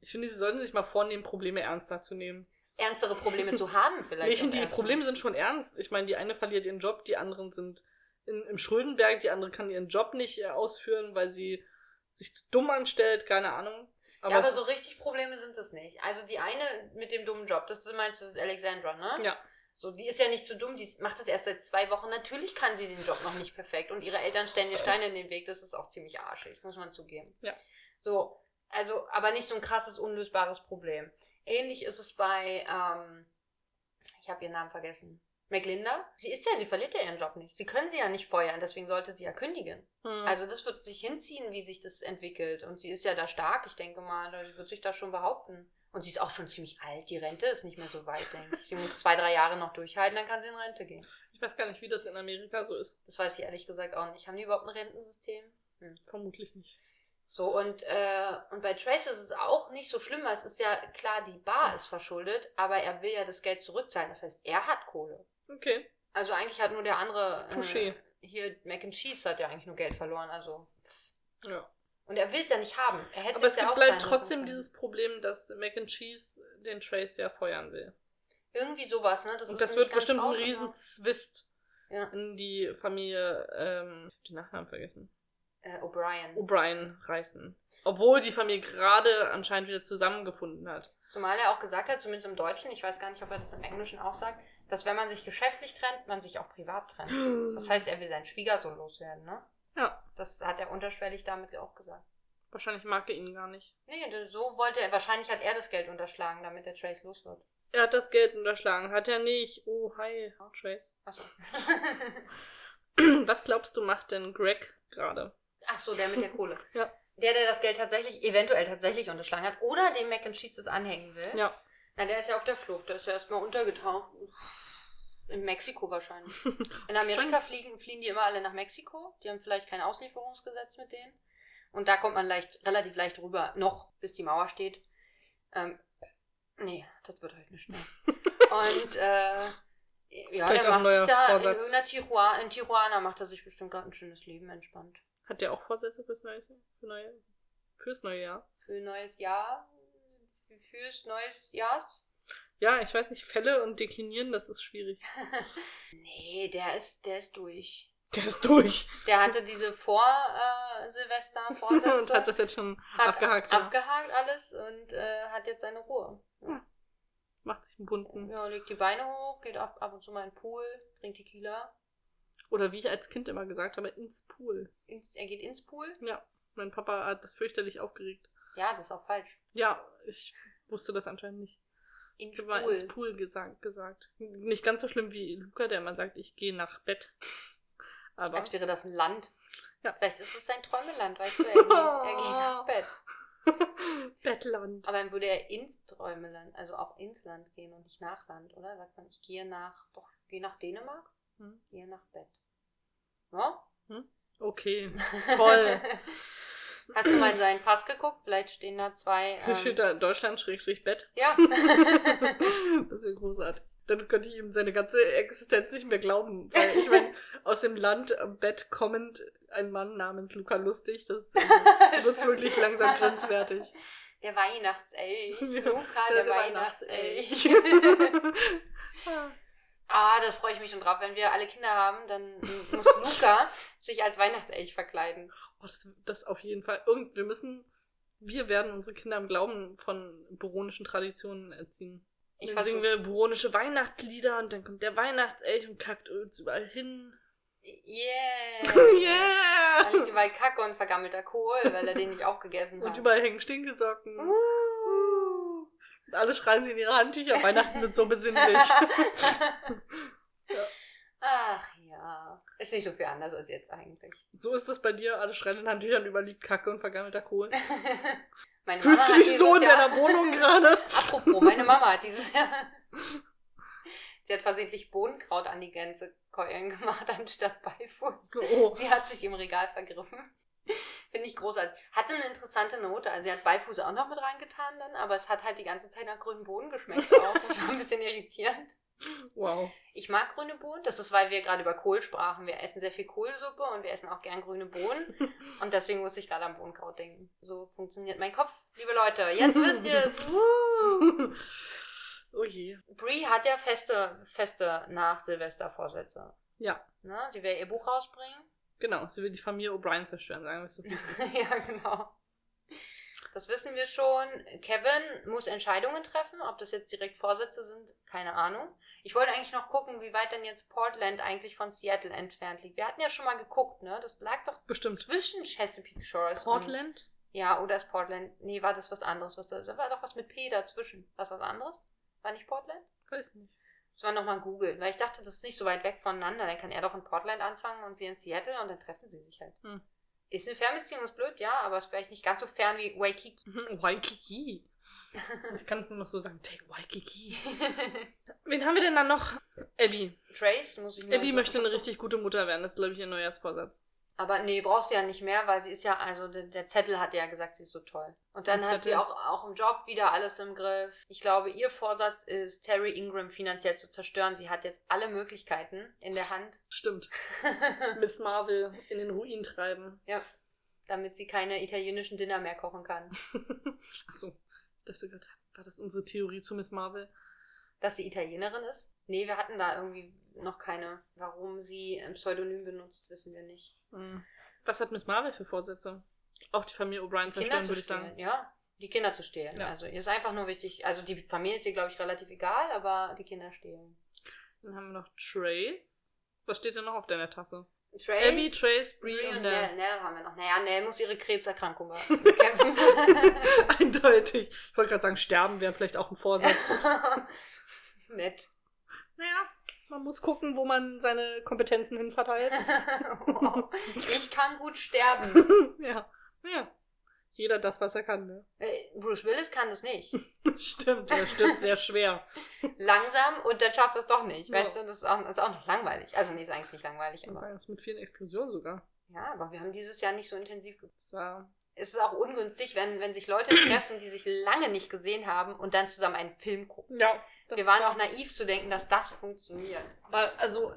Speaker 1: Ich finde, sie sollten sich mal vornehmen, Probleme ernster zu nehmen.
Speaker 2: Ernstere Probleme zu haben vielleicht.
Speaker 1: Nee, ich
Speaker 2: auch
Speaker 1: finde, die
Speaker 2: erstmal.
Speaker 1: Probleme sind schon ernst. Ich meine, die eine verliert ihren Job, die anderen sind in, im Schuldenberg, die andere kann ihren Job nicht äh, ausführen, weil sie sich zu dumm anstellt, keine Ahnung.
Speaker 2: ja, aber
Speaker 1: es
Speaker 2: so
Speaker 1: ist-
Speaker 2: richtig Probleme sind es nicht. Also die eine mit dem dummen Job, das meinst du, das ist Alexandra, ne?
Speaker 1: Ja.
Speaker 2: So, die ist ja nicht so dumm, die macht das erst seit zwei Wochen. Natürlich kann sie den Job noch nicht perfekt und ihre Eltern stellen ihr Steine in den Weg. Das ist auch ziemlich arschig, muss man zugeben.
Speaker 1: Ja.
Speaker 2: So, also, aber nicht so ein krasses, unlösbares Problem. Ähnlich ist es bei, ähm, ich habe ihren Namen vergessen. McLinda, sie ist ja, sie verliert ja ihren Job nicht. Sie können sie ja nicht feuern, deswegen sollte sie ja kündigen.
Speaker 1: Hm.
Speaker 2: Also das wird sich hinziehen, wie sich das entwickelt. Und sie ist ja da stark, ich denke mal. Also Sie wird sich da schon behaupten. Und sie ist auch schon ziemlich alt. Die Rente ist nicht mehr so weit, denke ich. Sie muss zwei, drei Jahre noch durchhalten, dann kann sie in Rente gehen.
Speaker 1: ich weiß gar nicht, wie das in Amerika so ist.
Speaker 2: Das weiß ich ehrlich gesagt auch nicht. Haben die überhaupt ein Rentensystem?
Speaker 1: Vermutlich nicht.
Speaker 2: So, und, äh, und bei Trace ist es auch nicht so schlimm, weil es ist ja klar, die Bar ist verschuldet, aber er will ja das Geld zurückzahlen. Das heißt, er hat Kohle.
Speaker 1: Okay.
Speaker 2: Also eigentlich hat nur der andere.
Speaker 1: Touché.
Speaker 2: Äh, hier, Mac and Cheese hat ja eigentlich nur Geld verloren, also.
Speaker 1: Ja.
Speaker 2: Und er will es ja nicht haben. Er hätte
Speaker 1: Aber es
Speaker 2: ja
Speaker 1: gibt
Speaker 2: auszahlen
Speaker 1: bleibt
Speaker 2: lassen
Speaker 1: trotzdem
Speaker 2: können.
Speaker 1: dieses Problem, dass Mac and Cheese den Trace ja feuern will.
Speaker 2: Irgendwie sowas, ne?
Speaker 1: und
Speaker 2: ist
Speaker 1: das
Speaker 2: nämlich
Speaker 1: wird
Speaker 2: ganz ne?
Speaker 1: bestimmt ein
Speaker 2: raus,
Speaker 1: riesen Zwist
Speaker 2: aber- Ja.
Speaker 1: in die Familie, ähm, ich hab den Nachnamen vergessen,
Speaker 2: Äh, O'Brien.
Speaker 1: O'Brien reißen. Obwohl die Familie gerade anscheinend wieder zusammengefunden hat.
Speaker 2: Zumal er auch gesagt hat, zumindest im Deutschen, ich weiß gar nicht, ob er das im Englischen auch sagt, dass wenn man sich geschäftlich trennt, man sich auch privat trennt. Das heißt, er will seinen Schwiegersohn loswerden, ne?
Speaker 1: Ja.
Speaker 2: Das hat er unterschwellig damit auch gesagt.
Speaker 1: Wahrscheinlich mag er ihn gar nicht.
Speaker 2: Nee, so wollte er, wahrscheinlich hat er das Geld unterschlagen, damit der Trace los wird.
Speaker 1: Er hat das Geld unterschlagen, hat er nicht. Oh, hi, Trace.
Speaker 2: Achso.
Speaker 1: Was glaubst du, macht denn Greg gerade?
Speaker 2: Ach so, der mit der Kohle.
Speaker 1: Ja.
Speaker 2: Der, der das Geld tatsächlich, eventuell tatsächlich unterschlagen hat oder dem Mac and Cheese das anhängen will.
Speaker 1: Ja.
Speaker 2: Na, der ist ja auf der Flucht. Der ist ja erstmal untergetaucht. In Mexiko wahrscheinlich. In Amerika fliegen, fliehen die immer alle nach Mexiko. Die haben vielleicht kein Auslieferungsgesetz mit denen. Und da kommt man leicht, relativ leicht rüber, noch bis die Mauer steht. Ähm, nee, das wird heute nicht mehr. Und äh, ja,
Speaker 1: Vielleicht
Speaker 2: der
Speaker 1: auch ein
Speaker 2: macht sich
Speaker 1: neuer
Speaker 2: da
Speaker 1: Vorsatz.
Speaker 2: in, irgendeiner Tijuana, in Tijuana macht er sich bestimmt gerade ein schönes Leben entspannt.
Speaker 1: Hat der auch Vorsätze fürs neue, für neue, fürs neue Jahr?
Speaker 2: Für ein neues Jahr, fürs neues Jahres.
Speaker 1: Ja, ich weiß nicht, Fälle und Deklinieren, das ist schwierig.
Speaker 2: Nee, der ist, der ist durch.
Speaker 1: Der ist durch.
Speaker 2: Der hatte diese äh, Vor-Silvester-Vorsätze.
Speaker 1: und hat das jetzt schon abgehakt. ja.
Speaker 2: abgehakt alles und äh, hat jetzt seine Ruhe.
Speaker 1: Macht sich einen bunten.
Speaker 2: Ja, legt die Beine hoch, geht ab, ab und zu mal in den Pool, trinkt Tequila.
Speaker 1: Oder wie ich als Kind immer gesagt habe, ins Pool.
Speaker 2: Ins, er geht ins Pool.
Speaker 1: Ja, mein Papa hat das fürchterlich aufgeregt.
Speaker 2: Ja, das ist auch falsch.
Speaker 1: Ja, ich wusste das anscheinend nicht.
Speaker 2: Ins
Speaker 1: Ich habe mal
Speaker 2: Pool.
Speaker 1: ins Pool gesagt, gesagt. Nicht ganz so schlimm wie Luca, der immer sagt, ich gehe nach Bett. Aber
Speaker 2: Als wäre das ein Land.
Speaker 1: Ja.
Speaker 2: Vielleicht ist es sein Träumeland, weißt du? Er geht, er geht nach Bett.
Speaker 1: Bettland.
Speaker 2: Aber dann würde er ins Träumeland, also auch ins Land gehen und nicht nach Land, oder? Sagt man, ich gehe nach, doch, gehe nach Dänemark,
Speaker 1: Hm.
Speaker 2: gehe nach Bett. Ja?
Speaker 1: Okay, toll.
Speaker 2: Hast du mal in seinen Pass geguckt? Vielleicht stehen da zwei.
Speaker 1: Hier steht
Speaker 2: Ähm,
Speaker 1: da Deutschland-Bett.
Speaker 2: ja.
Speaker 1: das wäre großartig. Dann könnte ich ihm seine ganze Existenz nicht mehr glauben. Weil ich meine, aus dem Land am Bett kommend ein Mann namens Luca Lustig, das ist also- wird's wirklich langsam grenzwertig.
Speaker 2: Der Weihnachtselch.
Speaker 1: Ja,
Speaker 2: Luca, der, Weihnachtselch.
Speaker 1: Ah.
Speaker 2: ah, da freue ich mich schon drauf. Wenn wir alle Kinder haben, dann muss Luca sich als Weihnachtselch verkleiden.
Speaker 1: oh, das, das auf jeden Fall. Irgend, wir müssen, wir werden unsere Kinder im Glauben von buronischen Traditionen erziehen.
Speaker 2: Ich
Speaker 1: dann singen
Speaker 2: versuch-
Speaker 1: wir buronische Weihnachtslieder und dann kommt der Weihnachtselch und kackt uns überall hin.
Speaker 2: Yeah. Da liegt
Speaker 1: yeah!
Speaker 2: überall Kacke und vergammelter Kohl, weil er den nicht aufgegessen hat.
Speaker 1: Und überall hängen Stinkesocken.
Speaker 2: Uh.
Speaker 1: Alle schreien sie in ihre Handtücher. Weihnachten wird so besinnlich.
Speaker 2: Ach ja. Ist nicht so viel anders als jetzt eigentlich.
Speaker 1: so ist das bei dir. Alle schreien in Handtüchern über liegt Kacke und vergammelter Kohl.
Speaker 2: Meine
Speaker 1: Fühlst
Speaker 2: Mama
Speaker 1: du
Speaker 2: hat
Speaker 1: dich so in
Speaker 2: dieses Jahr-
Speaker 1: deiner Wohnung gerade?
Speaker 2: Apropos, meine Mama hat dieses Jahr. Sie hat versehentlich Bohnenkraut an die Gänsekeulen gemacht, anstatt Beifuß.
Speaker 1: Oh.
Speaker 2: Sie hat sich im Regal vergriffen. Finde ich großartig. Hatte eine interessante Note. Also sie hat Beifuß auch noch mit reingetan dann, aber es hat halt die ganze Zeit nach grünem Bohnen geschmeckt auch. Das war ein bisschen irritierend.
Speaker 1: Wow.
Speaker 2: Ich mag grüne Bohnen. Das ist, weil wir gerade über Kohl sprachen. Wir essen sehr viel Kohlsuppe und wir essen auch gern grüne Bohnen. Und deswegen muss ich gerade an Bohnenkraut denken. So funktioniert mein Kopf, liebe Leute. Jetzt wisst ihr es. Woo!
Speaker 1: oh je.
Speaker 2: Brie hat ja feste, feste nach Silvester Vorsätze.
Speaker 1: Ja.
Speaker 2: Ne? Sie will ihr Buch rausbringen.
Speaker 1: Genau, sie will die Familie O'Brien zerstören, sagen wir es so. wie es ist.
Speaker 2: ja, genau. Das wissen wir schon. Kevin muss Entscheidungen treffen. Ob das jetzt direkt Vorsätze sind, keine Ahnung. Ich wollte eigentlich noch gucken, wie weit denn jetzt Portland eigentlich von Seattle entfernt liegt. Wir hatten ja schon mal geguckt, ne? Das lag doch
Speaker 1: Bestimmt.
Speaker 2: zwischen Chesapeake Shores und...
Speaker 1: Hm. Portland?
Speaker 2: Ja, oder ist Portland... Nee, war das was anderes? Was, da war doch was mit P dazwischen. Was was anderes? War nicht Portland?
Speaker 1: Weiß nicht.
Speaker 2: Das war nochmal Google, weil ich dachte, das ist nicht so weit weg voneinander. Dann kann er doch in Portland anfangen und sie in Seattle und dann treffen sie sich halt.
Speaker 1: Hm.
Speaker 2: Ist eine Fernbeziehung, ist blöd, ja, aber ist vielleicht nicht ganz so fern wie Waikiki.
Speaker 1: Mhm, Waikiki. Ich kann es nur noch so sagen. Take Waikiki. Wen haben wir denn dann noch? Abby.
Speaker 2: Trace muss ich nur
Speaker 1: Abby
Speaker 2: so-
Speaker 1: möchte eine richtig gute Mutter werden. Das ist, glaube ich, ihr Neujahrsvorsatz.
Speaker 2: Aber nee, brauchst du ja nicht mehr, weil sie ist ja, also der, der Zettel hat ja gesagt, sie ist so toll. Und dann
Speaker 1: Und
Speaker 2: hat sie
Speaker 1: Zettel?
Speaker 2: auch, auch im Job wieder alles im Griff. Ich glaube, ihr Vorsatz ist, Terry Ingram finanziell zu zerstören. Sie hat jetzt alle Möglichkeiten in der Hand.
Speaker 1: Stimmt. Miss Marvel in den Ruin treiben.
Speaker 2: ja. Damit sie keine italienischen Dinner mehr kochen kann.
Speaker 1: Achso. Ich dachte gerade, war das unsere Theorie zu Miss Marvel?
Speaker 2: Dass sie Italienerin ist? Nee, wir hatten da irgendwie noch keine. Warum sie ein Pseudonym benutzt, wissen wir nicht.
Speaker 1: Hm. Was hat Miss Marvel für Vorsätze? Auch die Familie O'Brien
Speaker 2: Die Kinder
Speaker 1: zerstören,
Speaker 2: zu
Speaker 1: würde ich
Speaker 2: stehlen,
Speaker 1: sagen.
Speaker 2: ja. Die Kinder zu stehlen.
Speaker 1: Ja.
Speaker 2: Also ihr ist einfach nur wichtig. Also die Familie ist ihr, glaube ich, relativ egal, aber die Kinder stehlen.
Speaker 1: Dann haben wir noch Trace. Was steht denn noch auf deiner Tasse?
Speaker 2: Trace,
Speaker 1: Abby, Trace, Bree
Speaker 2: Bree
Speaker 1: und,
Speaker 2: und
Speaker 1: Nell.
Speaker 2: Nell. Nell haben wir noch. Naja, Nell muss ihre Krebserkrankung be- bekämpfen.
Speaker 1: Eindeutig. Ich wollte gerade sagen, sterben wäre vielleicht auch ein Vorsatz.
Speaker 2: Nett.
Speaker 1: Naja, man muss gucken, wo man seine Kompetenzen hinverteilt.
Speaker 2: wow. Ich kann gut sterben.
Speaker 1: ja, ja. Jeder das, was er kann, ne?
Speaker 2: Äh, Bruce Willis kann das nicht.
Speaker 1: Stimmt, das stimmt sehr schwer.
Speaker 2: langsam und dann schafft er es doch nicht.
Speaker 1: Ja.
Speaker 2: Weißt du, das ist auch, ist auch noch langweilig. Also nee, ist eigentlich nicht langweilig,
Speaker 1: Ich muss
Speaker 2: aber.
Speaker 1: sagen, das mit vielen Explosionen sogar.
Speaker 2: Ja, aber wir haben dieses Jahr nicht so intensiv. ge-
Speaker 1: Das war.
Speaker 2: Es ist auch ungünstig, wenn, wenn sich Leute treffen, die sich lange nicht gesehen haben und dann zusammen einen Film gucken.
Speaker 1: Ja, das
Speaker 2: wir waren
Speaker 1: war,
Speaker 2: auch naiv zu denken, dass das funktioniert.
Speaker 1: war, Also,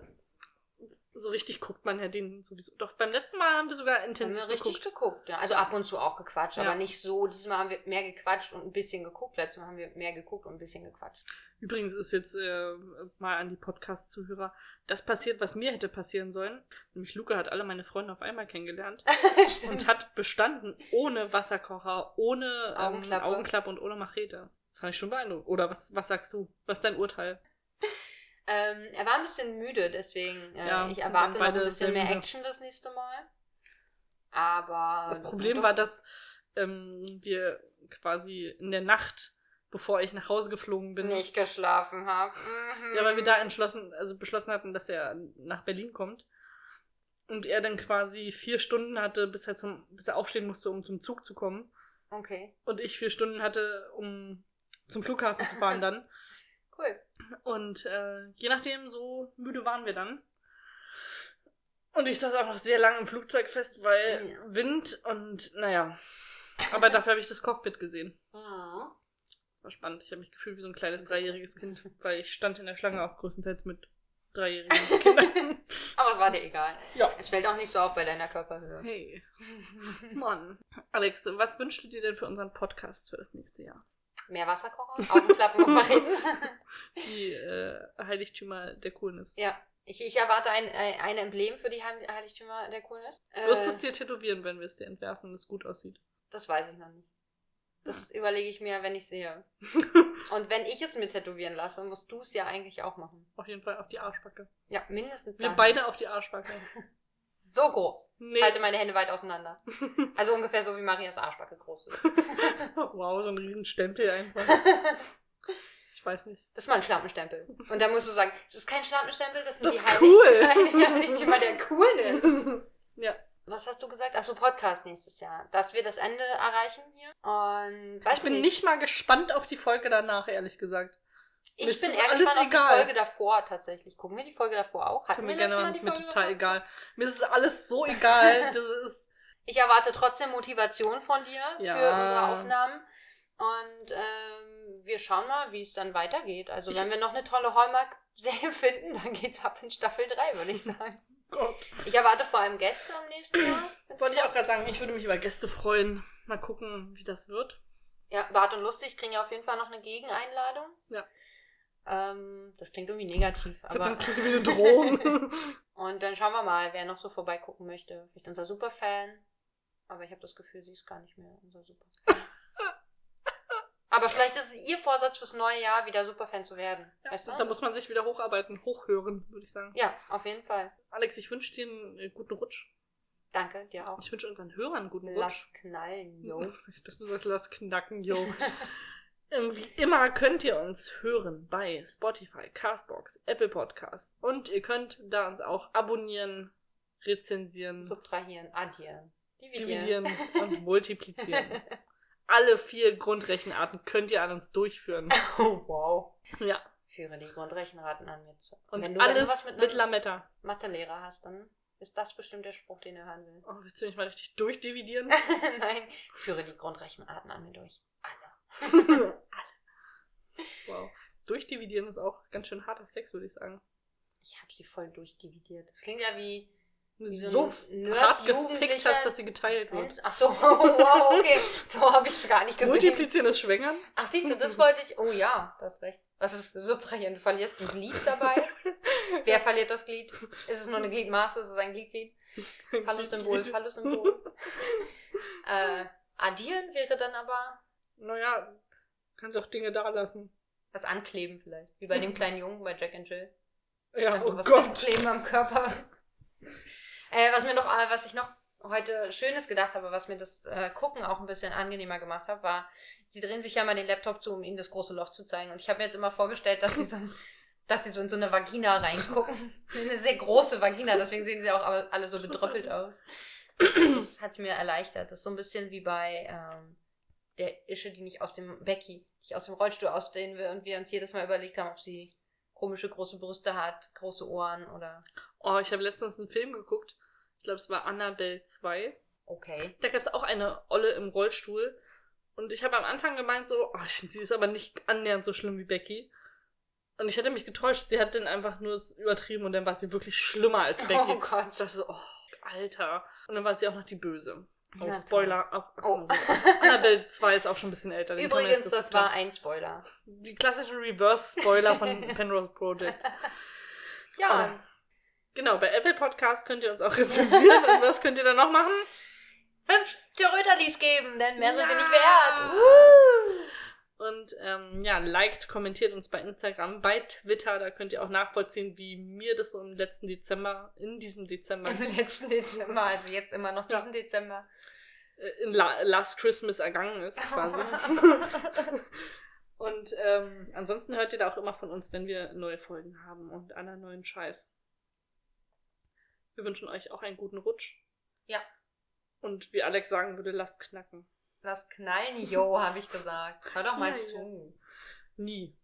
Speaker 1: so richtig guckt man ja den sowieso. Doch beim letzten Mal haben wir sogar
Speaker 2: Haben
Speaker 1: intensiv
Speaker 2: wir richtig
Speaker 1: geguckt.
Speaker 2: geguckt, ja. Also ab und zu auch gequatscht,
Speaker 1: Ja.
Speaker 2: aber nicht so. Dieses Mal haben wir mehr gequatscht und ein bisschen geguckt. Letztes Mal haben wir mehr geguckt und ein bisschen gequatscht.
Speaker 1: Übrigens ist jetzt äh, mal an die Podcast-Zuhörer das passiert, was mir hätte passieren sollen. Nämlich Luca hat alle meine Freunde auf einmal kennengelernt. und hat bestanden ohne Wasserkocher, ohne Augenklappe,
Speaker 2: Augenklappe.
Speaker 1: ähm, Augenklappe und ohne Machete. Fand ich schon beeindruckend. Oder was, was sagst du? Was ist dein Urteil?
Speaker 2: Ähm, er war ein bisschen müde, deswegen äh,
Speaker 1: Ja,
Speaker 2: ich
Speaker 1: wir waren
Speaker 2: erwarte noch ein
Speaker 1: beide sehr
Speaker 2: bisschen mehr
Speaker 1: müde.
Speaker 2: Action das nächste Mal. Aber
Speaker 1: Das Problem war, dass ähm, wir quasi in der Nacht, bevor ich nach Hause geflogen bin,
Speaker 2: nicht geschlafen habe. Mhm.
Speaker 1: ja, weil wir da entschlossen, also beschlossen hatten, dass er nach Berlin kommt. Und er dann quasi vier Stunden hatte, bis er zum, bis er aufstehen musste, um zum Zug zu kommen.
Speaker 2: Okay,
Speaker 1: Und ich vier Stunden hatte, um zum Flughafen zu fahren dann.
Speaker 2: cool.
Speaker 1: Und äh, je nachdem, so müde waren wir dann. Und ich saß auch noch sehr lange im Flugzeug fest, weil
Speaker 2: Ja.
Speaker 1: Wind und naja. Aber dafür habe ich das Cockpit gesehen.
Speaker 2: Mhm.
Speaker 1: Das war spannend. Ich habe mich gefühlt wie so ein kleines dreijähriges Kind, weil ich stand in der Schlange auch größtenteils mit dreijährigen Kindern.
Speaker 2: Aber es war dir egal.
Speaker 1: Ja.
Speaker 2: Es fällt auch nicht so auf bei deiner Körperhöhe.
Speaker 1: Hey, Mann. Alex, was wünschst du dir denn für unseren Podcast für das nächste Jahr?
Speaker 2: Mehr Wasserkocher, Augenklappen und Macheten.
Speaker 1: Die äh, Heiligtümer der Coolness.
Speaker 2: ja, ich, ich erwarte ein, ein, ein Emblem für die Heim- Heiligtümer der Coolness. Äh,
Speaker 1: Wirst du es dir tätowieren, wenn wir es dir entwerfen und es gut aussieht?
Speaker 2: Das weiß ich noch nicht. Das überlege ich mir, wenn ich sehe. Und wenn ich es mir tätowieren lasse, musst du es ja eigentlich auch machen.
Speaker 1: Auf jeden Fall auf die Arschbacke.
Speaker 2: Ja, mindestens.
Speaker 1: Wir
Speaker 2: dahin.
Speaker 1: beide auf die Arschbacke.
Speaker 2: so groß.
Speaker 1: Nee.
Speaker 2: Halte meine Hände weit auseinander. Also ungefähr so wie Marias Arschbacke groß ist.
Speaker 1: wow, so ein riesen Stempel einfach. Ich weiß nicht.
Speaker 2: Das ist mal ein Schlampenstempel. Und dann musst du sagen, es ist kein Schlampenstempel, das sind
Speaker 1: Das
Speaker 2: die
Speaker 1: ist
Speaker 2: Heiligen-
Speaker 1: cool.
Speaker 2: Ja, nicht jemand, der cool ist.
Speaker 1: Ja.
Speaker 2: Was hast du gesagt? Achso, Podcast nächstes Jahr. Dass wir das Ende erreichen hier. Und weiß
Speaker 1: Ich bin nicht mal gespannt auf die Folge danach, ehrlich gesagt. mir
Speaker 2: Ich
Speaker 1: ist
Speaker 2: bin
Speaker 1: das
Speaker 2: eher
Speaker 1: alles
Speaker 2: gespannt auf
Speaker 1: egal.
Speaker 2: die Folge davor tatsächlich. Gucken wir die Folge davor auch? Hatten
Speaker 1: Können
Speaker 2: wir
Speaker 1: wir gerne
Speaker 2: letztes
Speaker 1: machen,
Speaker 2: Mal die
Speaker 1: ist mir
Speaker 2: Folge
Speaker 1: total
Speaker 2: davor?
Speaker 1: egal. Mir ist es alles so egal. Das ist.
Speaker 2: Ich erwarte trotzdem Motivation von dir
Speaker 1: Ja.
Speaker 2: für unsere Aufnahmen. Und ähm, wir schauen mal, wie es dann weitergeht. Also
Speaker 1: Ich-
Speaker 2: wenn wir noch eine tolle Hallmark-Serie finden, dann geht's ab in Staffel 3, würde ich sagen.
Speaker 1: Gott.
Speaker 2: Ich erwarte vor allem Gäste am nächsten Jahr. wenn's
Speaker 1: Wollte ich auch gerade
Speaker 2: klappt.
Speaker 1: sagen, ich würde mich über Gäste freuen. Mal gucken, wie das wird.
Speaker 2: Ja, Bart und Lustig kriegen ja auf jeden Fall noch eine Gegeneinladung.
Speaker 1: Ja.
Speaker 2: Ähm, das klingt irgendwie negativ,
Speaker 1: Aber
Speaker 2: aber...
Speaker 1: sonst klingt wie eine Drohung.
Speaker 2: Und dann schauen wir mal, wer noch so vorbeigucken möchte. Vielleicht unser Superfan. Aber ich habe das Gefühl, sie ist gar nicht mehr unser Superfan. Aber vielleicht ist es ihr Vorsatz fürs neue Jahr, wieder Superfan zu werden. weißt du?
Speaker 1: da muss man sich wieder hocharbeiten, hochhören, würde ich sagen.
Speaker 2: ja, auf jeden Fall.
Speaker 1: Alex, ich wünsche dir einen äh, guten Rutsch.
Speaker 2: Danke, dir auch.
Speaker 1: Ich wünsche unseren Hörern einen guten Rutsch.
Speaker 2: Lass knallen, yo.
Speaker 1: Ich dachte, du sagst, lass knacken, yo. Ähm, Wie immer könnt ihr uns hören bei Spotify, Castbox, Apple Podcasts und ihr könnt da uns auch abonnieren, rezensieren,
Speaker 2: Subtrahieren, addieren. Dividieren.
Speaker 1: dividieren und multiplizieren. Alle vier Grundrechenarten könnt ihr an uns durchführen.
Speaker 2: Oh, wow.
Speaker 1: Ja,
Speaker 2: Führe die Grundrechenraten an mir zu.
Speaker 1: und
Speaker 2: Wenn du
Speaker 1: alles
Speaker 2: irgendwas
Speaker 1: mit,
Speaker 2: mit
Speaker 1: mit
Speaker 2: einem
Speaker 1: Lametta.
Speaker 2: Mathelehrer hast, dann ist das bestimmt der Spruch, den er hören will.
Speaker 1: Oh, willst du nicht mal richtig durchdividieren?
Speaker 2: Nein, führe die Grundrechenarten an mir durch.
Speaker 1: Alle. wow. Durchdividieren ist auch ganz schön harter Sex, würde ich sagen.
Speaker 2: Ich habe sie voll durchdividiert. Das klingt ja wie. Wie so
Speaker 1: So,
Speaker 2: ein Nerd-
Speaker 1: hart gefickt
Speaker 2: Jugendlicher-
Speaker 1: hast, dass sie geteilt wird.
Speaker 2: Ach so, wow, okay. So habe ich es gar nicht gesehen.
Speaker 1: Multiplizieren ist Schwängern?
Speaker 2: Ach, siehst du, das wollte ich. Oh ja, das ist recht. Was ist subtrahieren? Du verlierst ein Glied dabei. Wer verliert das Glied? Ist es nur eine Gliedmaße? Ist es ein Gliedglied? Phallus-Symbol, Phallus-Symbol. äh, addieren wäre dann aber
Speaker 1: Naja, kannst auch Dinge da lassen.
Speaker 2: das Ankleben vielleicht. Wie bei dem kleinen Jungen bei Jack and Jill.
Speaker 1: Ja,
Speaker 2: Einfach
Speaker 1: oh
Speaker 2: was
Speaker 1: Gott.
Speaker 2: Kleben am Körper. Äh, was mir noch, äh, was ich noch heute Schönes gedacht habe, was mir das äh, Gucken auch ein bisschen angenehmer gemacht hat, war, sie drehen sich ja mal den Laptop zu, um ihnen das große Loch zu zeigen. Und ich habe mir jetzt immer vorgestellt, dass sie so ein, dass sie so in so eine Vagina reingucken. Eine sehr große Vagina, deswegen sehen sie auch aber alle so bedröppelt aus. Das, das hat mir erleichtert. Das ist so ein bisschen wie bei ähm, der Ische, die nicht aus dem Becky, die aus dem Rollstuhl ausstehen will und wir uns jedes Mal überlegt haben, ob sie komische große Brüste hat, große Ohren oder.
Speaker 1: Oh, ich habe letztens einen Film geguckt. Ich glaube, es war Annabelle 2.
Speaker 2: Okay.
Speaker 1: Da gab es auch eine Olle im Rollstuhl. Und ich habe am Anfang gemeint so, oh, ich find, sie ist aber nicht annähernd so schlimm wie Becky. Und ich hätte mich getäuscht. Sie hat dann einfach nur es übertrieben und dann war sie wirklich schlimmer als Becky.
Speaker 2: Oh
Speaker 1: Ich
Speaker 2: Gott.
Speaker 1: dachte so, oh, Alter. Und dann war sie auch noch die Böse. Oh,
Speaker 2: Na toll.
Speaker 1: Spoiler. Auch,
Speaker 2: Oh.
Speaker 1: Annabelle 2 ist auch schon ein bisschen älter. den kann man
Speaker 2: Übrigens,
Speaker 1: jetzt
Speaker 2: das
Speaker 1: geguckt haben.
Speaker 2: war ein Spoiler.
Speaker 1: Die klassischen Reverse-Spoiler von Penrose Project.
Speaker 2: Ja.
Speaker 1: Genau, bei Apple Podcast könnt ihr uns auch rezensieren. Und was könnt ihr dann noch machen?
Speaker 2: Fünf Röderlis geben, denn mehr sind wir
Speaker 1: Ja.
Speaker 2: nicht wert. Uh.
Speaker 1: Und ähm, ja, liked, kommentiert uns bei Instagram, bei Twitter. Da könnt ihr auch nachvollziehen, wie mir das so im letzten Dezember, in diesem Dezember,
Speaker 2: Im letzten Dezember, also jetzt immer noch diesen Dezember.
Speaker 1: äh, in La Last Christmas ergangen ist, quasi. Und ähm, ansonsten hört ihr da auch immer von uns, wenn wir neue Folgen haben und anderen neuen Scheiß. Wir wünschen euch auch einen guten Rutsch.
Speaker 2: Ja.
Speaker 1: Und wie Alex sagen würde, lasst knacken.
Speaker 2: Lass knallen, yo, habe ich gesagt. Hör doch mal
Speaker 1: Nein.
Speaker 2: zu.
Speaker 1: Nie.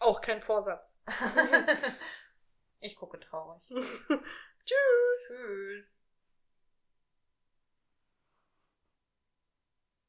Speaker 1: Auch kein Vorsatz.
Speaker 2: ich gucke traurig.
Speaker 1: Tschüss.
Speaker 2: Tschüss.